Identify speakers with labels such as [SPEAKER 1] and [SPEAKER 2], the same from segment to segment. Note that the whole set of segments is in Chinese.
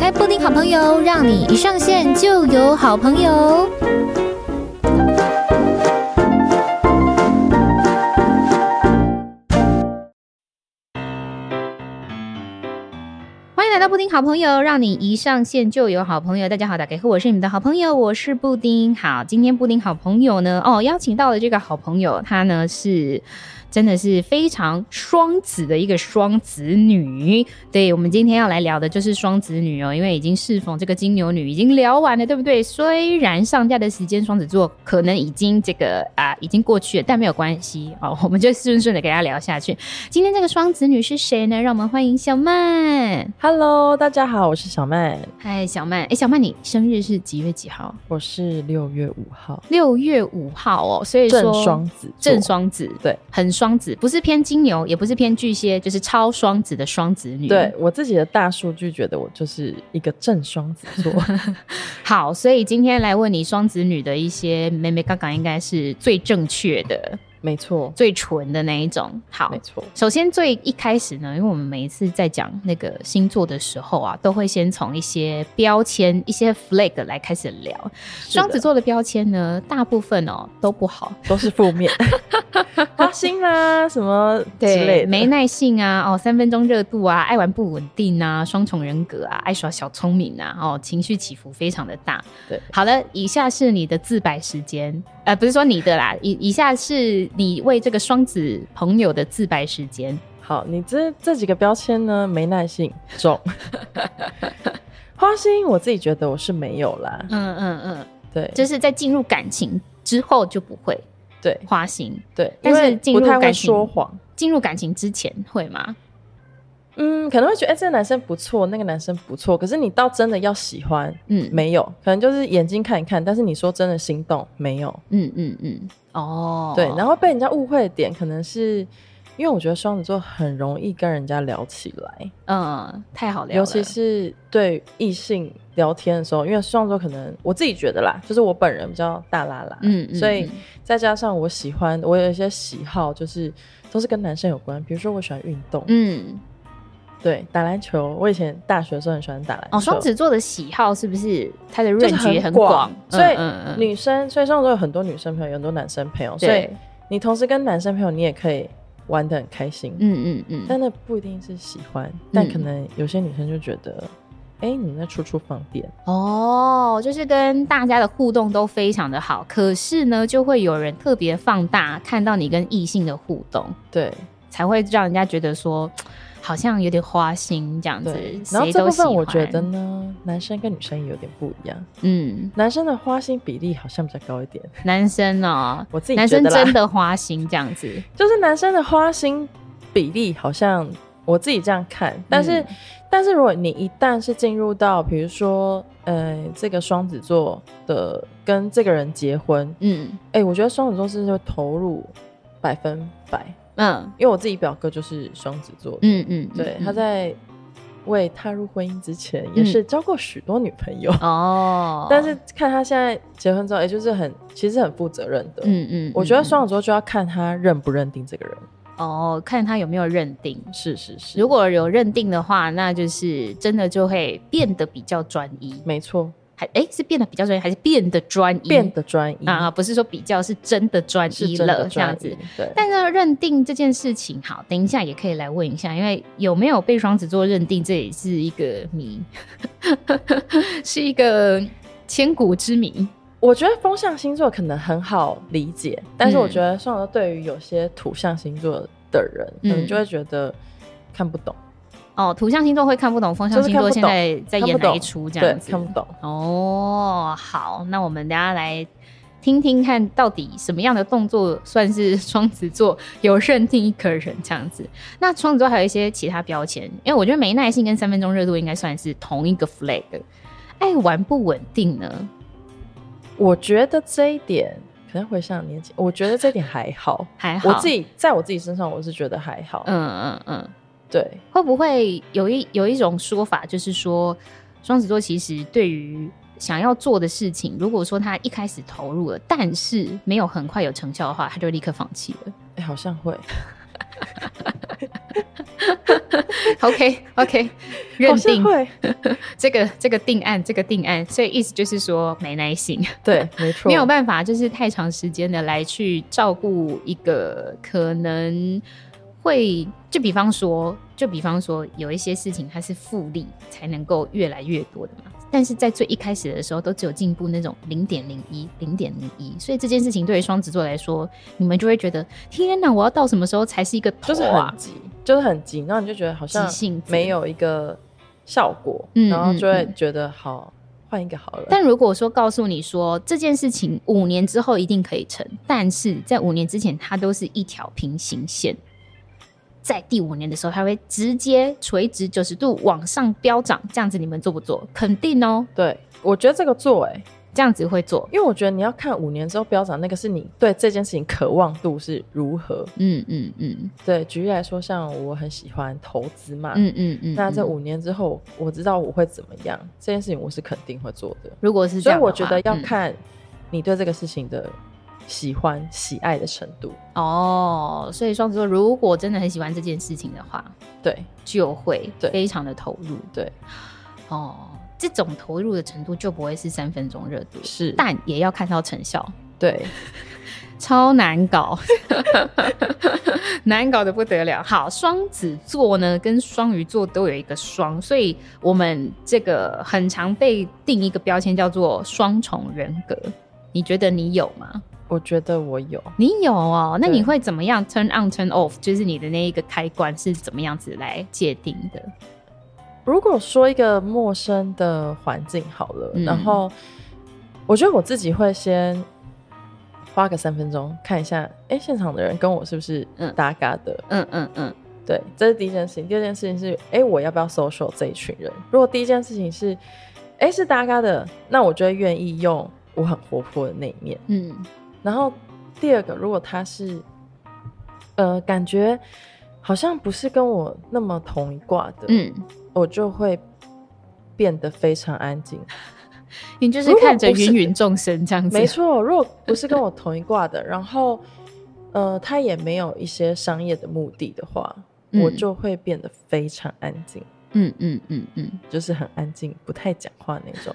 [SPEAKER 1] 开布丁好朋友，让你一上线就有好朋友。欢迎来到布丁好朋友，让你一上线就有好朋友。大家好，打给我是你们的好朋友，我是布丁。好，今天布丁好朋友呢，哦，邀请到的这个好朋友，她呢是真的是非常双子的一个双子女。对我们今天要来聊的就是双子女哦，因为已经适逢这个金牛女已经聊完了，对不对？虽然上架的时间双子座可能已经这个啊已经过去了，但没有关系哦，我们就顺顺的给大家聊下去。今天这个双子女是谁呢？让我们欢迎小曼。
[SPEAKER 2] Hello，大家好，我是小曼，
[SPEAKER 1] 嗨，小曼，哎，小曼，你生日是几月几号？
[SPEAKER 2] 我是六月五号，
[SPEAKER 1] 六月五号哦，所以说
[SPEAKER 2] 正双子座，
[SPEAKER 1] 正双子，
[SPEAKER 2] 对，
[SPEAKER 1] 很双子，不是偏金牛，也不是偏巨蟹，就是超双子的双子女。
[SPEAKER 2] 对，我自己的大数据觉得我就是一个正双子 座，
[SPEAKER 1] 好，所以今天来问你双子女的一些妹妹杠杠，应该是最正确的、
[SPEAKER 2] 没错，
[SPEAKER 1] 最纯的那一种。好
[SPEAKER 2] 没，错，
[SPEAKER 1] 首先最一开始呢，因为我们每一次在讲那个星座的时候啊，都会先从一些标签、一些 flag 来开始聊。双子座的标签呢，大部分哦都不好，
[SPEAKER 2] 是的都是负 面，花心啦什么之类的，
[SPEAKER 1] 没耐性啊，哦，三分钟热度啊，爱玩不稳定啊，双重人格啊，爱耍小聪明啊，哦，情绪起伏非常的大。
[SPEAKER 2] 对，
[SPEAKER 1] 好了，以下是你的自白时间，呃，不是说你的啦，以以下是你为这个双子朋友的自白时间。
[SPEAKER 2] 好，你这这几个标签呢，没耐性 重，花心我自己觉得我是没有啦，
[SPEAKER 1] 嗯嗯嗯，
[SPEAKER 2] 对，
[SPEAKER 1] 就是在进入感情之后就不会
[SPEAKER 2] 对
[SPEAKER 1] 花心，
[SPEAKER 2] 对，
[SPEAKER 1] 但是
[SPEAKER 2] 因为
[SPEAKER 1] 进入
[SPEAKER 2] 不太会
[SPEAKER 1] 感情
[SPEAKER 2] 说谎。
[SPEAKER 1] 进入感情之前会吗？
[SPEAKER 2] 嗯，可能会觉得哎、这个男生不错，那个男生不错，可是你到真的要喜欢，
[SPEAKER 1] 嗯
[SPEAKER 2] 没有，可能就是眼睛看一看，但是你说真的心动没有？
[SPEAKER 1] 嗯嗯嗯，哦，
[SPEAKER 2] 对，然后被人家误会的点可能是，因为我觉得双子座很容易跟人家聊起来，
[SPEAKER 1] 嗯，太好聊了，
[SPEAKER 2] 尤其是对异性聊天的时候，因为双子座可能我自己觉得啦，就是我本人比较大拉拉，
[SPEAKER 1] 嗯嗯
[SPEAKER 2] 所以
[SPEAKER 1] 嗯
[SPEAKER 2] 再加上我喜欢，我有一些喜好就是都是跟男生有关，比如说我喜欢运动，
[SPEAKER 1] 嗯。
[SPEAKER 2] 对，打篮球，我以前大学的时候很喜欢打篮球，
[SPEAKER 1] 哦，双子座的喜好是不是它的
[SPEAKER 2] 就是
[SPEAKER 1] range 也很
[SPEAKER 2] 广
[SPEAKER 1] 广，？
[SPEAKER 2] 所以
[SPEAKER 1] 嗯嗯嗯
[SPEAKER 2] 女生，所以双子座有很多女生朋友，很多男生朋友，所以
[SPEAKER 1] 对，
[SPEAKER 2] 你同时跟男生朋友，你也可以玩的很开心。
[SPEAKER 1] 嗯嗯嗯，
[SPEAKER 2] 但那不一定是喜欢，但可能有些女生就觉得，哎、你们在处处放电，
[SPEAKER 1] 哦，就是跟大家的互动都非常的好，可是呢，就会有人特别放大看到你跟异性的互动，
[SPEAKER 2] 对
[SPEAKER 1] 才会让人家觉得说好像有点花心这样子
[SPEAKER 2] 对。。然后
[SPEAKER 1] 谁
[SPEAKER 2] 这
[SPEAKER 1] 都
[SPEAKER 2] 部
[SPEAKER 1] 喜
[SPEAKER 2] 分
[SPEAKER 1] 欢，
[SPEAKER 2] 我觉得呢，男生跟女生也有点不一样，
[SPEAKER 1] 嗯，
[SPEAKER 2] 男生的花心比例好像比较高一点，
[SPEAKER 1] 男生哦，
[SPEAKER 2] 我自己
[SPEAKER 1] 男
[SPEAKER 2] 觉
[SPEAKER 1] 生
[SPEAKER 2] 得啦
[SPEAKER 1] 真的花心这样子，
[SPEAKER 2] 就是男生的花心比例好像我自己这样看，但是、
[SPEAKER 1] 嗯
[SPEAKER 2] 但是如果你一旦是进入到比如说，呃，这个双子座的跟这个人结婚，
[SPEAKER 1] 嗯
[SPEAKER 2] 哎、我觉得双子座是会投入百分百，
[SPEAKER 1] 嗯
[SPEAKER 2] 因为我自己表哥就是双子座的，
[SPEAKER 1] 嗯嗯，
[SPEAKER 2] 对，
[SPEAKER 1] 嗯
[SPEAKER 2] 他在未踏入婚姻之前也是交过许多女朋友，
[SPEAKER 1] 哦，
[SPEAKER 2] 但是看他现在结婚之后，也、哎就是很其实很负责任的。
[SPEAKER 1] 嗯嗯，
[SPEAKER 2] 我觉得
[SPEAKER 1] 嗯
[SPEAKER 2] 双子座就要看他认不认定这个人，
[SPEAKER 1] 哦，看他有没有认定。
[SPEAKER 2] 是是是，
[SPEAKER 1] 如果有认定的话，那就是真的就会变得比较专一，
[SPEAKER 2] 没错，
[SPEAKER 1] 还哎、是变得比较专一，还是变得专一？
[SPEAKER 2] 变得专一
[SPEAKER 1] 啊，不是说比较，是真的专
[SPEAKER 2] 是
[SPEAKER 1] 一
[SPEAKER 2] 真
[SPEAKER 1] 了
[SPEAKER 2] 的
[SPEAKER 1] 这
[SPEAKER 2] 专
[SPEAKER 1] 样
[SPEAKER 2] 一
[SPEAKER 1] 子。，
[SPEAKER 2] 对，
[SPEAKER 1] 但是认定这件事情，好，等一下也可以来问一下，因为有没有被双子座认定，这也是一个谜， 是一个千古之谜。
[SPEAKER 2] 我觉得风象星座可能很好理解，但是
[SPEAKER 1] 嗯
[SPEAKER 2] 我觉得双子座对于有些土象星座的人，可能
[SPEAKER 1] 嗯
[SPEAKER 2] 就会觉得看不懂，
[SPEAKER 1] 哦，土象星座会看不懂，风象
[SPEAKER 2] 就是
[SPEAKER 1] 星
[SPEAKER 2] 看
[SPEAKER 1] 座
[SPEAKER 2] 不
[SPEAKER 1] 现
[SPEAKER 2] 懂
[SPEAKER 1] 在在
[SPEAKER 2] 看
[SPEAKER 1] 演
[SPEAKER 2] 不
[SPEAKER 1] 哪一
[SPEAKER 2] 懂
[SPEAKER 1] 出这
[SPEAKER 2] 对
[SPEAKER 1] 样，子，
[SPEAKER 2] 看不懂。
[SPEAKER 1] 哦，好，那我们大家来听听看，到底什么样的动作算是 双子座有认定一个人这样子？那双子座还有一些其他标签，因为我觉得没耐性跟三分钟热度应该算是同一个 flag。爱玩不稳定呢？
[SPEAKER 2] 我觉得这一点可能回想年纪，我觉得这一点还好。
[SPEAKER 1] 还好，
[SPEAKER 2] 我自，己在我自己身上，我是觉得还好。嗯，
[SPEAKER 1] 嗯嗯嗯，
[SPEAKER 2] 对，
[SPEAKER 1] 会不会有一有一种说法，就是说双子座其实对于想要做的事情，如果说他一开始投入了，但是
[SPEAKER 2] 哎
[SPEAKER 1] 没有很快有成效的话，他就立刻放弃了。
[SPEAKER 2] 哎、好像会。
[SPEAKER 1] OK OK，认
[SPEAKER 2] 好像
[SPEAKER 1] 定
[SPEAKER 2] 会，
[SPEAKER 1] 这个这个定案，这个定案，所以意思就是说没耐心，
[SPEAKER 2] 对，没错，
[SPEAKER 1] 没有办法，就是太长时间的来去照顾一个可能会，就比方说，就比方说，有一些事情它是复利才能够越来越多的嘛。但是在最一开始的时候，都只有进步那种零点零一、零点零一，所以这件事情对于双子座来说，你们就会觉得天哪，我要到什么时候才是一个头
[SPEAKER 2] 就是
[SPEAKER 1] 啊
[SPEAKER 2] 很？急，就是很急，然后你就觉得好像
[SPEAKER 1] 急性子
[SPEAKER 2] 没有一个效果，
[SPEAKER 1] 嗯
[SPEAKER 2] 然后就
[SPEAKER 1] 嗯
[SPEAKER 2] 会
[SPEAKER 1] 嗯
[SPEAKER 2] 觉得好换一个好了。
[SPEAKER 1] 但如果说告诉你说这件事情五年之后一定可以成，但是在五年之前它都是一条平行线，在第五年的时候它会直接垂直九十度往上飙涨，这样子你们做不做？肯定哦，
[SPEAKER 2] 对，我觉得这个做哎、
[SPEAKER 1] 这样子会做。
[SPEAKER 2] 因为我觉得你要看五年之后飙涨，那个是你对这件事情渴望度是如何。
[SPEAKER 1] 嗯嗯嗯
[SPEAKER 2] 对，举例来说，像我很喜欢投资嘛，
[SPEAKER 1] 嗯嗯嗯。
[SPEAKER 2] 那这
[SPEAKER 1] 嗯
[SPEAKER 2] 五年之后，我知道我会怎么样，这件事情我是肯定会做的。
[SPEAKER 1] 如果是这
[SPEAKER 2] 所以
[SPEAKER 1] 样的
[SPEAKER 2] 我
[SPEAKER 1] 话，
[SPEAKER 2] 觉得要
[SPEAKER 1] 嗯
[SPEAKER 2] 看你对这个事情的喜欢、喜爱的程度。
[SPEAKER 1] 哦。所以双子座如果真的很喜欢这件事情的话，
[SPEAKER 2] 对
[SPEAKER 1] 就会
[SPEAKER 2] 对
[SPEAKER 1] 非常的投入
[SPEAKER 2] 对，
[SPEAKER 1] 哦。这种投入的程度就不会是三分钟热度，
[SPEAKER 2] 是，
[SPEAKER 1] 但也要看到成效。
[SPEAKER 2] 对
[SPEAKER 1] 超难搞， 难搞的不得了。好，双子座呢跟双鱼座都有一个双，所以我们这个很常被定一个标签叫做双重人格。你觉得你有吗？
[SPEAKER 2] 我觉得我有。
[SPEAKER 1] 你有哦，那
[SPEAKER 2] 对
[SPEAKER 1] 你会怎么样 turn on turn off？就是你的那一个开关是怎么样子来界定的？
[SPEAKER 2] 如果说一个陌生的环境好了，
[SPEAKER 1] 嗯
[SPEAKER 2] 然后我觉得我自己会先花个三分钟看一下，哎、现场的人跟我是不是
[SPEAKER 1] 嗯
[SPEAKER 2] 搭嘎的？
[SPEAKER 1] 嗯嗯嗯，
[SPEAKER 2] 对，这是第一件事情。第二件事情是，哎、我要不要 social 这一群人？如果第一件事情是，哎、是搭嘎的，那我就会愿意用我很活泼的那一面。
[SPEAKER 1] 嗯
[SPEAKER 2] 然后第二个，如果他是，呃，感觉好像不是跟我那么同一挂的，
[SPEAKER 1] 嗯，
[SPEAKER 2] 我就会变得非常安静。
[SPEAKER 1] 你就是
[SPEAKER 2] 如果
[SPEAKER 1] 看着
[SPEAKER 2] 不是
[SPEAKER 1] 芸芸众生这样子，
[SPEAKER 2] 没错，如果不是跟我同一挂的，然后呃，他也没有一些商业的目的的话，
[SPEAKER 1] 嗯
[SPEAKER 2] 我就会变得非常安静，
[SPEAKER 1] 嗯嗯嗯嗯。
[SPEAKER 2] 就是很安静，不太讲话那种。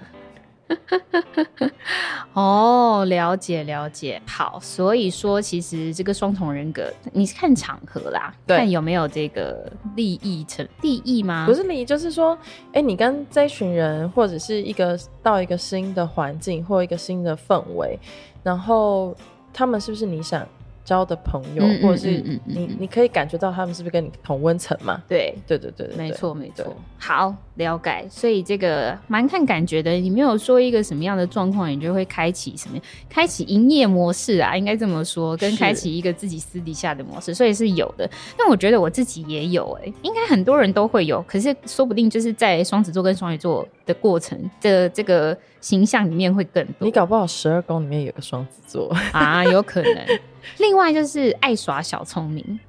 [SPEAKER 1] 哦，了解了解，好，所以说其实这个双重人格，你是看场合啦，
[SPEAKER 2] 对
[SPEAKER 1] 看有没有这个利益成利益吗？
[SPEAKER 2] 不，是理，就是说，哎、你跟这群人或者是一个到一个新的环境或一个新的氛围，然后他们是不是你想交的朋友，
[SPEAKER 1] 嗯嗯
[SPEAKER 2] 或者是
[SPEAKER 1] 嗯嗯嗯
[SPEAKER 2] 你
[SPEAKER 1] 嗯
[SPEAKER 2] 你可以感觉到他们是不是跟你同温层嘛？
[SPEAKER 1] 对，
[SPEAKER 2] 对对对对，
[SPEAKER 1] 没
[SPEAKER 2] 对
[SPEAKER 1] 错没错
[SPEAKER 2] 对。
[SPEAKER 1] 好，了解。所以这个蛮看感觉的，你没有说一个什么样的状况，你就会开启什么，开启营业模式啊，应该这么说，跟
[SPEAKER 2] 是
[SPEAKER 1] 开启一个自己私底下的模式，所以是有的。但我觉得我自己也有、欸，应该很多人都会有，可是说不定就是在双子座跟双鱼座的过程的这个形象里面会更多
[SPEAKER 2] 你搞不好十二宫里面有个双子座，
[SPEAKER 1] 啊，有可能。 另外就是爱耍小聪明。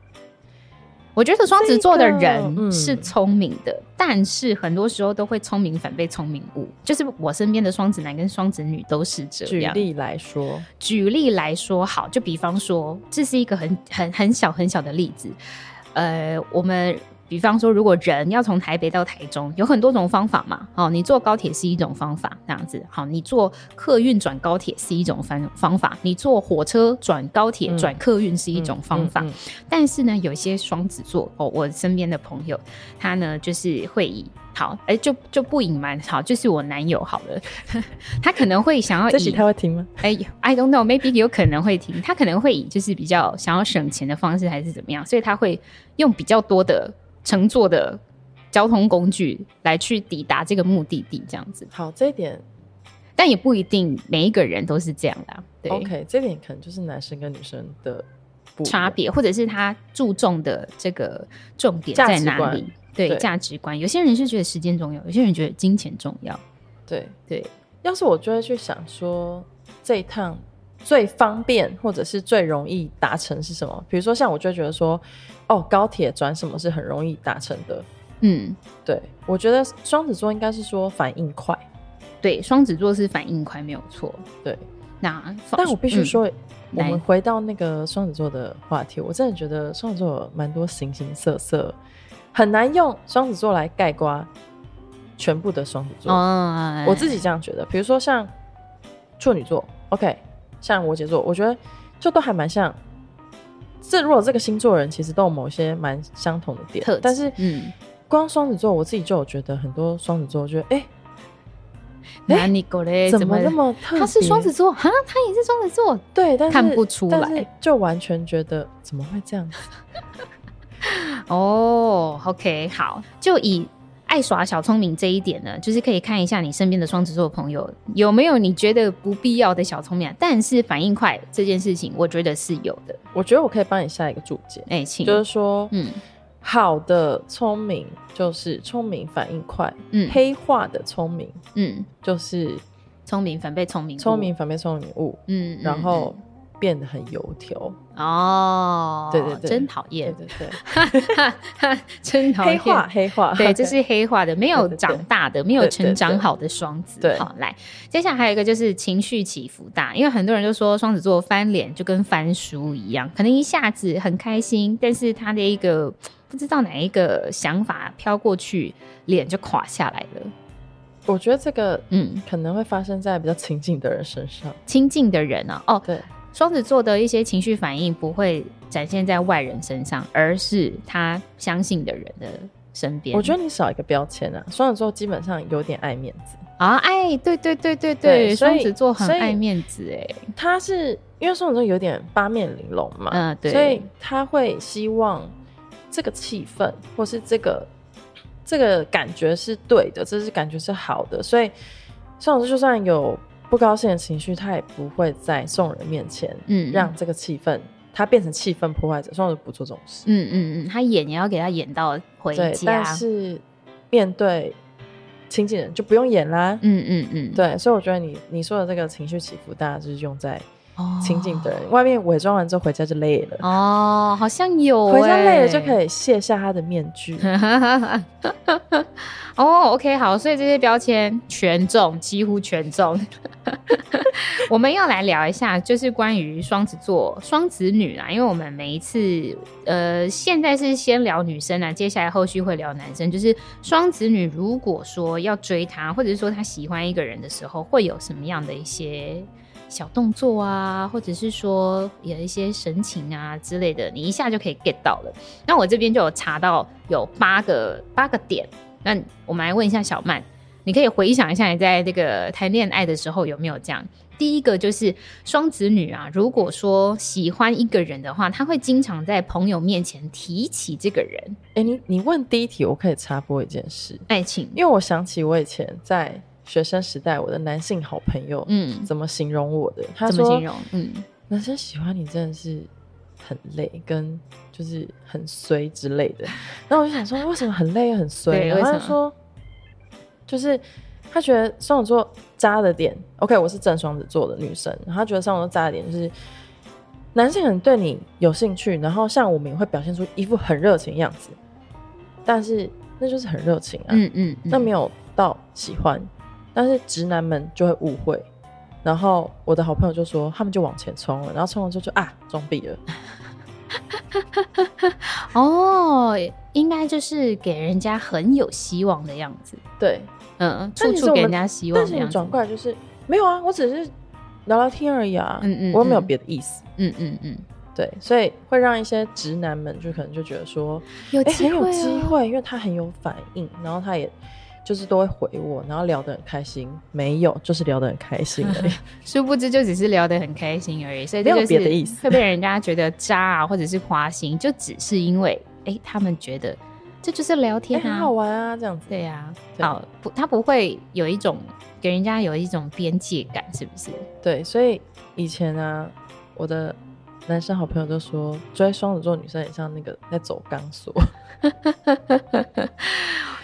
[SPEAKER 1] 我觉得双子座的
[SPEAKER 2] 这个
[SPEAKER 1] 人
[SPEAKER 2] 嗯
[SPEAKER 1] 是聪明的，但是很多时候都会聪明反被聪明误。就是我身边的双子男跟双子女都是这
[SPEAKER 2] 举
[SPEAKER 1] 样。
[SPEAKER 2] 例来说，
[SPEAKER 1] 举例来说，好，就比方说，这是一个很很很小很小的例子。呃，我们比方说，如果人要从台北到台中，有很多种方法嘛。哦，你坐高铁是一种方法，这样子。好，你坐客运转高铁是一种方方法，你坐火车转高铁
[SPEAKER 2] 嗯
[SPEAKER 1] 转客运是一
[SPEAKER 2] 嗯
[SPEAKER 1] 种方法。
[SPEAKER 2] 嗯嗯
[SPEAKER 1] 但是呢，有一些双子座哦，我身边的朋友，他呢就是会以好，哎、就就不隐瞒，好，就是我男友好了， 他可能会想要
[SPEAKER 2] 这期
[SPEAKER 1] 以
[SPEAKER 2] 他会听吗？
[SPEAKER 1] 哎，I don't know，maybe 有可能会停，他可能会以就是比较想要省钱的方式，还是怎么样，所以他会用比较多的乘坐的交通工具来去抵达这个目的地，这样子。
[SPEAKER 2] 好，这一点
[SPEAKER 1] 但也不一定每一个人都是这样啦，对
[SPEAKER 2] OK，这一点可能就是男生跟女生的不一样
[SPEAKER 1] 差别，或者是他注重的这个重点
[SPEAKER 2] 价
[SPEAKER 1] 在
[SPEAKER 2] 值
[SPEAKER 1] 哪
[SPEAKER 2] 观
[SPEAKER 1] 里？对
[SPEAKER 2] 对
[SPEAKER 1] 价值观，有些人是觉得时间重要，有些人觉得金钱重要，
[SPEAKER 2] 对，
[SPEAKER 1] 对，
[SPEAKER 2] 要是我就会去想说，这一趟最方便或者是最容易达成是什么？比如说，像我就会觉得说，哦，高铁转什么是很容易达成的。
[SPEAKER 1] 嗯。
[SPEAKER 2] 对，我觉得双子座应该是说反应快。
[SPEAKER 1] 对，双子座是反应快，没有错。
[SPEAKER 2] 对，
[SPEAKER 1] 那
[SPEAKER 2] 但我必须
[SPEAKER 1] 嗯
[SPEAKER 2] 说，我
[SPEAKER 1] 来
[SPEAKER 2] 们回到那个双子座的话题，我真的觉得双子座有蛮多形形色色，很难用双子座来概括全部的双子座。
[SPEAKER 1] 哦
[SPEAKER 2] 我自己这样觉得，比如说像处女座，OK，像摩羯座，我觉得就都还蛮像。这如果这个星座人其实都有某些蛮相同的点
[SPEAKER 1] 特质，
[SPEAKER 2] 但是
[SPEAKER 1] 嗯，
[SPEAKER 2] 光双子座我自己就有觉得很多双子座，我觉得哎、
[SPEAKER 1] 那你狗嘞
[SPEAKER 2] 怎么那么特别？
[SPEAKER 1] 他是双子座哈，他也是双子座，
[SPEAKER 2] 对，但是
[SPEAKER 1] 看不出来
[SPEAKER 2] 但是就完全觉得怎么会这样子？
[SPEAKER 1] 哦、o k 好，就以爱耍小聪明这一点呢，就是可以看一下你身边的双子座朋友有没有你觉得不必要的小聪明啊，但是反应快这件事情，我觉得是有的。
[SPEAKER 2] 我觉得我可以帮你下一个注解，
[SPEAKER 1] 哎、请，
[SPEAKER 2] 就是说，
[SPEAKER 1] 嗯
[SPEAKER 2] 好的聪明就是聪明反应快，
[SPEAKER 1] 嗯
[SPEAKER 2] 黑化的聪明
[SPEAKER 1] 嗯，
[SPEAKER 2] 就是
[SPEAKER 1] 聪明反被聪明误，
[SPEAKER 2] 聪明反被聪明误，
[SPEAKER 1] 嗯，嗯，
[SPEAKER 2] 然后变得很油条。
[SPEAKER 1] 嗯哦，
[SPEAKER 2] 对对对
[SPEAKER 1] 真讨
[SPEAKER 2] 对
[SPEAKER 1] 厌，
[SPEAKER 2] 对 对，
[SPEAKER 1] 真讨
[SPEAKER 2] 黑
[SPEAKER 1] 厌，
[SPEAKER 2] 化黑化，
[SPEAKER 1] 对，
[SPEAKER 2] OK
[SPEAKER 1] 这是黑化的，没有
[SPEAKER 2] 对对对
[SPEAKER 1] 长大的，没有
[SPEAKER 2] 对对
[SPEAKER 1] 成长
[SPEAKER 2] 对
[SPEAKER 1] 好的双子。
[SPEAKER 2] 对
[SPEAKER 1] 好，来，接下来还有一个就是情绪起伏大，因为很多人就说双子座翻脸就跟翻书一样，可能一下子很开心，但是他的一个不知道哪一个想法飘过去，脸就垮下来了。
[SPEAKER 2] 我觉得这个
[SPEAKER 1] 嗯，
[SPEAKER 2] 可能会发生在比较亲近的人身上。
[SPEAKER 1] 亲近的人啊，哦，
[SPEAKER 2] 对，
[SPEAKER 1] 双子座的一些情绪反应不会展现在外人身上，而是他相信的人的身边。
[SPEAKER 2] 我觉得你少一个标签啊，双子座基本上有点爱面子。
[SPEAKER 1] 啊，哎，对对对对
[SPEAKER 2] 对
[SPEAKER 1] 对，
[SPEAKER 2] 所
[SPEAKER 1] 双
[SPEAKER 2] 以
[SPEAKER 1] 子座很
[SPEAKER 2] 所以
[SPEAKER 1] 爱面子哎，
[SPEAKER 2] 他是因为双子座有点八面玲珑嘛，
[SPEAKER 1] 嗯对
[SPEAKER 2] 所以他会希望这个气氛或是这个这个感觉是对的，这是感觉是好的，所以双子座就算有不高兴的情绪，他也不会在众人面前
[SPEAKER 1] 嗯，
[SPEAKER 2] 让这个气氛他变成气氛破坏者，双子座不做这种事，
[SPEAKER 1] 嗯嗯嗯，他演也要给他演到回
[SPEAKER 2] 对，
[SPEAKER 1] 家
[SPEAKER 2] 但，是面对亲近人就不用演啦。
[SPEAKER 1] 嗯嗯嗯，
[SPEAKER 2] 对，所以我觉得你你说的这个情绪起伏，大家就是用在
[SPEAKER 1] 哦
[SPEAKER 2] 亲近的人，外面伪装完之后回家就累了，
[SPEAKER 1] 哦，好像有
[SPEAKER 2] 回家累了就
[SPEAKER 1] 以。
[SPEAKER 2] 可以卸下他的面 具。
[SPEAKER 1] 哦、o k 好，所以这些标签全中，几乎全中。 我们要来聊一下，就是关于双子座、双子女啊啦，因为我们每一次，呃，现在是先聊女生啦，啊接下来后续会聊男生。就是双子女，如果说要追他，或者是说他喜欢一个人的时候，会有什么样的一些小动作啊，或者是说有一些神情啊之类的，你一下就可以 get 到了。那我这边就有查到有八个八个点，那我们来问一下小曼，你可以回想一下你在这个谈恋爱的时候有没有这样？第一个就是双子女啊，如果说喜欢一个人的话，她会经常在朋友面前提起这个人，哎
[SPEAKER 2] 哎、你你问第一题，我可以插播一件事，
[SPEAKER 1] 爱情，
[SPEAKER 2] 因为我想起我以前在学生时代，我的男性好朋友，
[SPEAKER 1] 嗯，
[SPEAKER 2] 怎么形容我的？他
[SPEAKER 1] 怎么
[SPEAKER 2] 说
[SPEAKER 1] 形容？嗯，
[SPEAKER 2] 男生喜欢你真的是很累，跟就是很衰之类 的。然后我就想说，为什么很累又很衰
[SPEAKER 1] 对
[SPEAKER 2] 呢？然后
[SPEAKER 1] 为
[SPEAKER 2] 他
[SPEAKER 1] 什么
[SPEAKER 2] 说，就是他觉得双子座渣的点，OK，我是正双子座的女生，然后他觉得双子座渣的点就是。男性很对你有兴趣，然后像我们也会表现出一副很热情的样子，但是那就是很热情啊。
[SPEAKER 1] 嗯嗯，
[SPEAKER 2] 那没
[SPEAKER 1] 有，
[SPEAKER 2] 有到喜欢，但是直男们就会误会。然后我的好朋友就说，他们就往前冲了，然后冲了之后就啊装逼了，
[SPEAKER 1] 哦，应该就是给人家很有希望的样子，
[SPEAKER 2] 对。
[SPEAKER 1] 嗯，
[SPEAKER 2] 但
[SPEAKER 1] 处
[SPEAKER 2] 其实
[SPEAKER 1] 处
[SPEAKER 2] 我
[SPEAKER 1] 给人
[SPEAKER 2] 们
[SPEAKER 1] 家希望
[SPEAKER 2] 但是
[SPEAKER 1] 的
[SPEAKER 2] 你
[SPEAKER 1] 样子
[SPEAKER 2] 转，过来就是没有啊，我只是聊聊天而已啊，
[SPEAKER 1] 嗯嗯
[SPEAKER 2] 我又没有
[SPEAKER 1] 嗯
[SPEAKER 2] 别的意思。
[SPEAKER 1] 嗯嗯嗯，
[SPEAKER 2] 对，所以会让一些直男们就可能就觉得说，
[SPEAKER 1] 有
[SPEAKER 2] 哎、
[SPEAKER 1] 机
[SPEAKER 2] 很有
[SPEAKER 1] 会、
[SPEAKER 2] 机，会，因为他很有反应，然后他也就是都会回我，然后聊得很开心。没有，就是聊得很开心而已。
[SPEAKER 1] 殊不知就只是聊得很开心而已，所以这
[SPEAKER 2] 没有
[SPEAKER 1] 就是
[SPEAKER 2] 别的意思
[SPEAKER 1] 会被人家觉得渣啊，或者是花心，就只是因为哎、诶他们觉得这就是聊
[SPEAKER 2] 哎、
[SPEAKER 1] 天
[SPEAKER 2] 很
[SPEAKER 1] 啊，
[SPEAKER 2] 好玩啊，这样子。
[SPEAKER 1] 对呀、
[SPEAKER 2] 对
[SPEAKER 1] 好不，他不会有一种给人家有一种边界感，是不是？
[SPEAKER 2] 对，所以以前啊，我的男生好朋友就说，追双子座女生很像那个在走钢 索，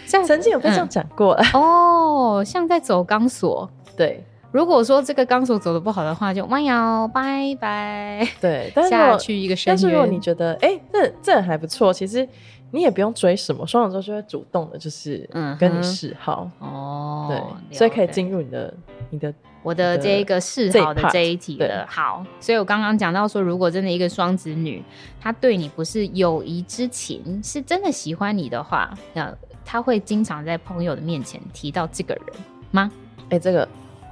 [SPEAKER 1] 像
[SPEAKER 2] 曾经有被这样讲过了。
[SPEAKER 1] 嗯哦，像在走钢索。
[SPEAKER 2] 对
[SPEAKER 1] 如果说这个钢索走的不好的话，就弯腰拜拜，
[SPEAKER 2] 对，但是如
[SPEAKER 1] 下
[SPEAKER 2] 果
[SPEAKER 1] 去一个深渊。
[SPEAKER 2] 但是如果你觉得，哎、这这人还不错，其实你也不用追什么，双子座就会主动的，就是
[SPEAKER 1] 嗯哼
[SPEAKER 2] 跟你示好。
[SPEAKER 1] 哦，
[SPEAKER 2] 对，所以可
[SPEAKER 1] 了
[SPEAKER 2] 以
[SPEAKER 1] 解
[SPEAKER 2] 进入你的你的
[SPEAKER 1] 我的
[SPEAKER 2] 的
[SPEAKER 1] 这个示
[SPEAKER 2] 这一
[SPEAKER 1] 好的
[SPEAKER 2] part，
[SPEAKER 1] 这一题了
[SPEAKER 2] 对。
[SPEAKER 1] 好，所以我刚刚讲到说，如果真的一个双子女，她对你不是友谊之情，是真的喜欢你的话，那她会经常在朋友的面前提到这个人吗？
[SPEAKER 2] 哎、这个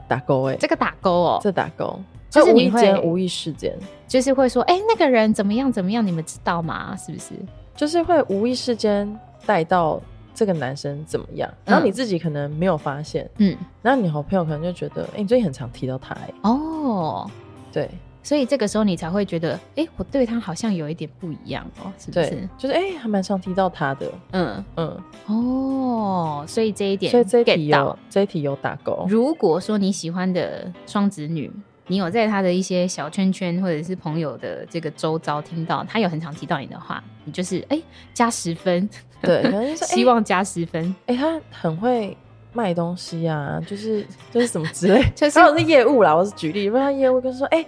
[SPEAKER 2] 打勾哎、
[SPEAKER 1] 这个打勾哦，
[SPEAKER 2] 这打勾，
[SPEAKER 1] 就
[SPEAKER 2] 就是是无
[SPEAKER 1] 你
[SPEAKER 2] 意
[SPEAKER 1] 会
[SPEAKER 2] 间无意事件，
[SPEAKER 1] 就是会说，哎、那个人怎么样怎么样，你们知道吗？是不是？
[SPEAKER 2] 就是会无意事间带到这个男生怎么样，然后你自己可能没有发现，
[SPEAKER 1] 嗯，
[SPEAKER 2] 然后你好朋友可能就觉得，哎、你最近很常提到他、欸，
[SPEAKER 1] 哦，
[SPEAKER 2] 对
[SPEAKER 1] 所以这个时候你才会觉得，哎、我对他好像有一点不一样哦，是不
[SPEAKER 2] 对
[SPEAKER 1] 是？，
[SPEAKER 2] 就是哎、欸还蛮常提到他的，
[SPEAKER 1] 嗯，
[SPEAKER 2] 嗯，
[SPEAKER 1] 哦，所以这一点
[SPEAKER 2] 所以这一题
[SPEAKER 1] get 到
[SPEAKER 2] 有。这一题有打勾，
[SPEAKER 1] 如果说你喜欢的双子女，你有在她的一些小圈圈或者是朋友的这个周遭听到，她有很常提到你的话，你就是哎、加十 分，
[SPEAKER 2] 对，可能就是
[SPEAKER 1] 希望加十分，
[SPEAKER 2] 哎、欸他很会。卖东西啊，就是 就是什么之类，
[SPEAKER 1] 就是
[SPEAKER 2] 然后我是业务啦，我是举例，不然他业务跟说，哎、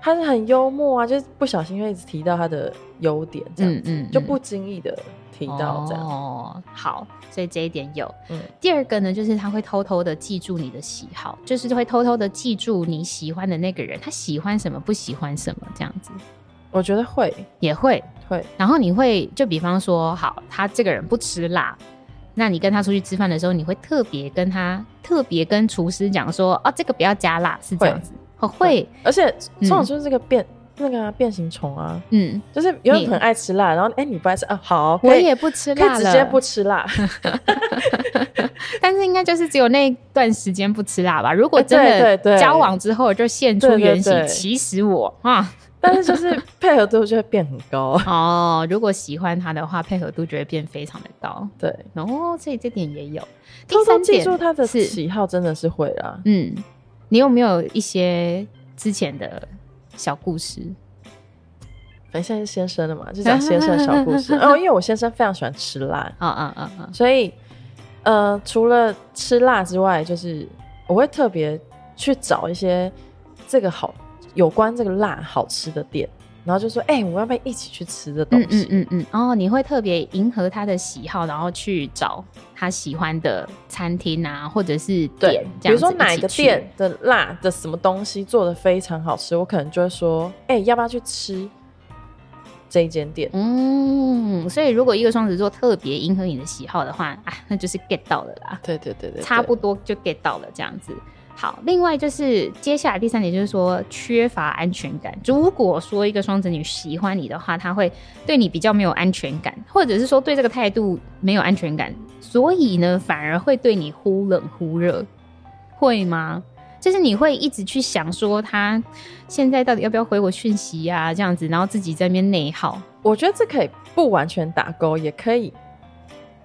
[SPEAKER 2] 他是很幽默啊，就是不小心会一直提到他的优点，这样
[SPEAKER 1] 嗯嗯，
[SPEAKER 2] 就
[SPEAKER 1] 嗯
[SPEAKER 2] 不经意的提到这样，
[SPEAKER 1] 哦，好，所以这一点有。
[SPEAKER 2] 嗯
[SPEAKER 1] 第二个呢，就是他会偷偷的记住你的喜好，就是会偷偷的记住你喜欢的那个人，他喜欢什么，不喜欢什么，这样子
[SPEAKER 2] 我觉得会
[SPEAKER 1] 也会。
[SPEAKER 2] 会，
[SPEAKER 1] 然后你会就比方说，好，他这个人不吃辣，那你跟他出去吃饭的时候，你会特别跟他特别跟厨师讲说，哦，这个不要加辣，是这样子。哦会，
[SPEAKER 2] 而且
[SPEAKER 1] 嗯
[SPEAKER 2] 宋老师这个变、那个、啊、变形虫啊，
[SPEAKER 1] 嗯，
[SPEAKER 2] 就是有
[SPEAKER 1] 你
[SPEAKER 2] 人很爱吃辣，然后哎、你不爱吃啊，好，
[SPEAKER 1] 我
[SPEAKER 2] 可以
[SPEAKER 1] 也不吃
[SPEAKER 2] 可
[SPEAKER 1] 辣
[SPEAKER 2] 以
[SPEAKER 1] 了，
[SPEAKER 2] 直接不吃辣，
[SPEAKER 1] 但是应该就是只有那段时间不吃辣吧。如果真
[SPEAKER 2] 哎对
[SPEAKER 1] 的
[SPEAKER 2] 对对
[SPEAKER 1] 交往之后就现出原形
[SPEAKER 2] 对，对对
[SPEAKER 1] 其实我啊
[SPEAKER 2] 但是就是配合度就会变很高，啊
[SPEAKER 1] 哦，如果喜欢他的话，配合度就会变非常的高
[SPEAKER 2] 对，
[SPEAKER 1] 哦，所以这点也有。 第
[SPEAKER 2] 偷偷
[SPEAKER 1] 三
[SPEAKER 2] 记
[SPEAKER 1] 点
[SPEAKER 2] 住他的
[SPEAKER 1] 是，
[SPEAKER 2] 喜好真的是会啦，
[SPEAKER 1] 嗯，你有没有一些之前的小故事？
[SPEAKER 2] 反正现在是先生了嘛，就讲先生的小故事， 哦，因为我先生非常喜欢吃辣，
[SPEAKER 1] 啊啊啊啊！
[SPEAKER 2] 所以呃，除了吃辣之外，就是我会特别去找一些这个好有关这个辣好吃的店，然后就说，哎、我们要不要一起去吃这东
[SPEAKER 1] 嗯
[SPEAKER 2] 西？
[SPEAKER 1] 嗯嗯嗯，哦，你会特别迎合他的喜好，然后去找他喜欢的餐厅啊，或者是
[SPEAKER 2] 对
[SPEAKER 1] 店，，
[SPEAKER 2] 比
[SPEAKER 1] 这样
[SPEAKER 2] 如
[SPEAKER 1] 子
[SPEAKER 2] 说
[SPEAKER 1] 一
[SPEAKER 2] 哪
[SPEAKER 1] 起
[SPEAKER 2] 个
[SPEAKER 1] 去
[SPEAKER 2] 店的辣的什么东西做的非常好吃，我可能就会说，哎、要不要去吃这一间店？
[SPEAKER 1] 嗯，所以如果一个双子座特别迎合你的喜好的话，啊，那就是 get 到了啦，
[SPEAKER 2] 对对对对，对
[SPEAKER 1] 差不多就 get 到了这样子。好，另外就是接下来第三点就是说缺乏安全感。如果说一个双子女喜欢你的话，她会对你比较没有安全感，或者是说对这个态度没有安全感，所以呢反而会对你忽冷忽热，会吗？就是你会一直去想说他现在到底要不要回我讯息呀、这样子，然后自己在那边内耗，
[SPEAKER 2] 我觉得这可以不完全打勾，也可以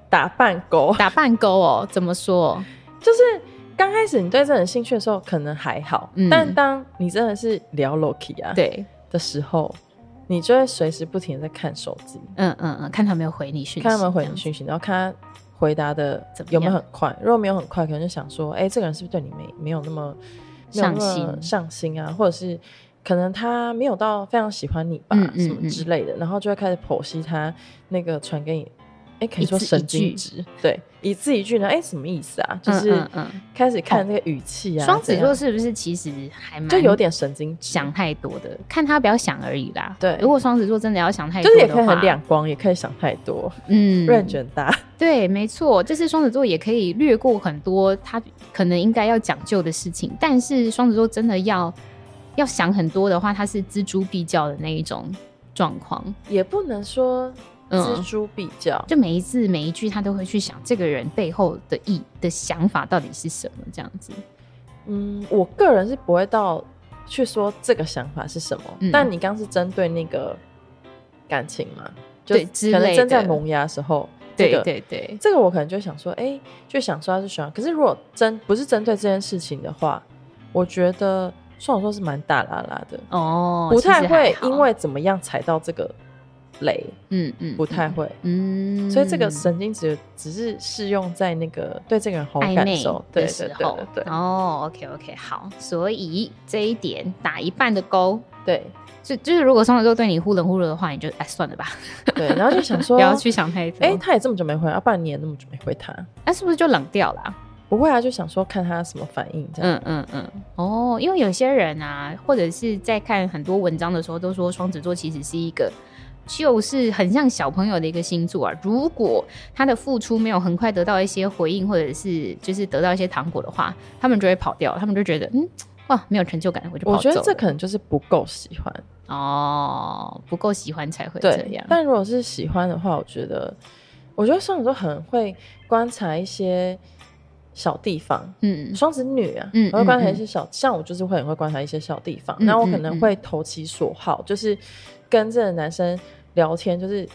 [SPEAKER 2] 打半勾，
[SPEAKER 1] 打半勾哦，怎么说？
[SPEAKER 2] 就是刚开始你对这种兴趣的时候可能还好，
[SPEAKER 1] 嗯
[SPEAKER 2] 但当你真的是聊 Loki 啊
[SPEAKER 1] 对，
[SPEAKER 2] 的时候，你就会随时不停的在看手机，
[SPEAKER 1] 嗯嗯嗯，看他有没有回你讯息，
[SPEAKER 2] 看他们回
[SPEAKER 1] 这
[SPEAKER 2] 你
[SPEAKER 1] 样子。
[SPEAKER 2] 讯息，然后看他回答的
[SPEAKER 1] 怎么
[SPEAKER 2] 有没有
[SPEAKER 1] 样
[SPEAKER 2] 很快。如果没有很快，可能就想说，哎、这个人是不是对你没没有那么没有那
[SPEAKER 1] 上
[SPEAKER 2] 么
[SPEAKER 1] 心
[SPEAKER 2] 上心啊，或者是可能他没有到非常喜欢你吧，
[SPEAKER 1] 嗯嗯
[SPEAKER 2] 什么之类的，然后就会开始剖析他那个传给你。哎，可以说
[SPEAKER 1] 一字一
[SPEAKER 2] 神经
[SPEAKER 1] 句
[SPEAKER 2] 质，对，一字一句呢？哎，什么意思啊？就
[SPEAKER 1] 嗯
[SPEAKER 2] 是
[SPEAKER 1] 嗯嗯
[SPEAKER 2] 开始看那个语气啊，
[SPEAKER 1] 双子
[SPEAKER 2] 怎样
[SPEAKER 1] 座是不是其实还蛮
[SPEAKER 2] 就有点神经质，
[SPEAKER 1] 想太多的？看他不要想而已啦。
[SPEAKER 2] 对
[SPEAKER 1] 如果双子座真的要想太
[SPEAKER 2] 就
[SPEAKER 1] 多
[SPEAKER 2] 是
[SPEAKER 1] 的
[SPEAKER 2] 也
[SPEAKER 1] 话，
[SPEAKER 2] 可以很两光，也可以想太多，
[SPEAKER 1] 嗯
[SPEAKER 2] 认真大。
[SPEAKER 1] 对，没错，就是双子座也可以略过很多他可能应该要讲究的事情，但是双子座真的要要想很多的话，他是锱铢必较的那一种状况。
[SPEAKER 2] 也不能说
[SPEAKER 1] 嗯
[SPEAKER 2] 锱铢必较，
[SPEAKER 1] 就每一次每一句，他都会去想这个人背后的意的想法到底是什么，这样子。
[SPEAKER 2] 嗯，我个人是不会到去说这个想法是什么，
[SPEAKER 1] 嗯
[SPEAKER 2] 但你刚是针对那个感情嘛，就
[SPEAKER 1] 对之
[SPEAKER 2] 可
[SPEAKER 1] 类
[SPEAKER 2] 能
[SPEAKER 1] 的
[SPEAKER 2] 正在萌芽的时候，
[SPEAKER 1] 对
[SPEAKER 2] 这个
[SPEAKER 1] 对对，
[SPEAKER 2] 这个我可能就想说，哎、就想说他是喜欢，可是如果针不是针对这件事情的话，我觉得双子座是蛮大拉拉的，
[SPEAKER 1] 哦，
[SPEAKER 2] 不
[SPEAKER 1] 其实
[SPEAKER 2] 太
[SPEAKER 1] 还
[SPEAKER 2] 会
[SPEAKER 1] 好
[SPEAKER 2] 因为怎么样踩到这个雷，
[SPEAKER 1] 嗯嗯
[SPEAKER 2] 不太，会。
[SPEAKER 1] 嗯，嗯
[SPEAKER 2] 所以这个神经质只是适用在那个对这个人好
[SPEAKER 1] 暧
[SPEAKER 2] 感
[SPEAKER 1] 昧
[SPEAKER 2] 受，对
[SPEAKER 1] 的
[SPEAKER 2] 对
[SPEAKER 1] 时
[SPEAKER 2] 对
[SPEAKER 1] 候
[SPEAKER 2] 对，对
[SPEAKER 1] 哦，OK OK，好，所以这一点打一半的勾。
[SPEAKER 2] 对
[SPEAKER 1] 就就是，如果双子座对你忽冷忽热的话，你就哎算了吧，
[SPEAKER 2] 对，然后就想说
[SPEAKER 1] 不要去想太多。
[SPEAKER 2] 哎、他也这么久没回，啊，不然你也那么久没回他，
[SPEAKER 1] 那是不是就冷掉了啊？
[SPEAKER 2] 不会啊，就想说看他什么反应这样。
[SPEAKER 1] 嗯嗯嗯，哦，因为有些人啊，或者是在看很多文章的时候，都说双子座其实是一个，就是很像小朋友的一个星座啊。如果他的付出没有很快得到一些回应，或者是就是得到一些糖果的话，他们就会跑掉，他们就觉得嗯，哇，没有成就感，我就跑
[SPEAKER 2] 我
[SPEAKER 1] 走
[SPEAKER 2] 觉
[SPEAKER 1] 了。
[SPEAKER 2] 得这可能就是不够喜欢，
[SPEAKER 1] 哦，不够喜欢才会这
[SPEAKER 2] 对
[SPEAKER 1] 样。。
[SPEAKER 2] 但如果是喜欢的话，我觉得，我觉得双子座很会观察一些小地方。
[SPEAKER 1] 嗯
[SPEAKER 2] 双子女啊，
[SPEAKER 1] 嗯
[SPEAKER 2] 我会观察
[SPEAKER 1] 嗯
[SPEAKER 2] 一些小，像我就是会很会观察一些小地方，
[SPEAKER 1] 嗯
[SPEAKER 2] 然后我
[SPEAKER 1] 嗯
[SPEAKER 2] 可能
[SPEAKER 1] 嗯
[SPEAKER 2] 会投其所好，就是跟这个男生聊天，就是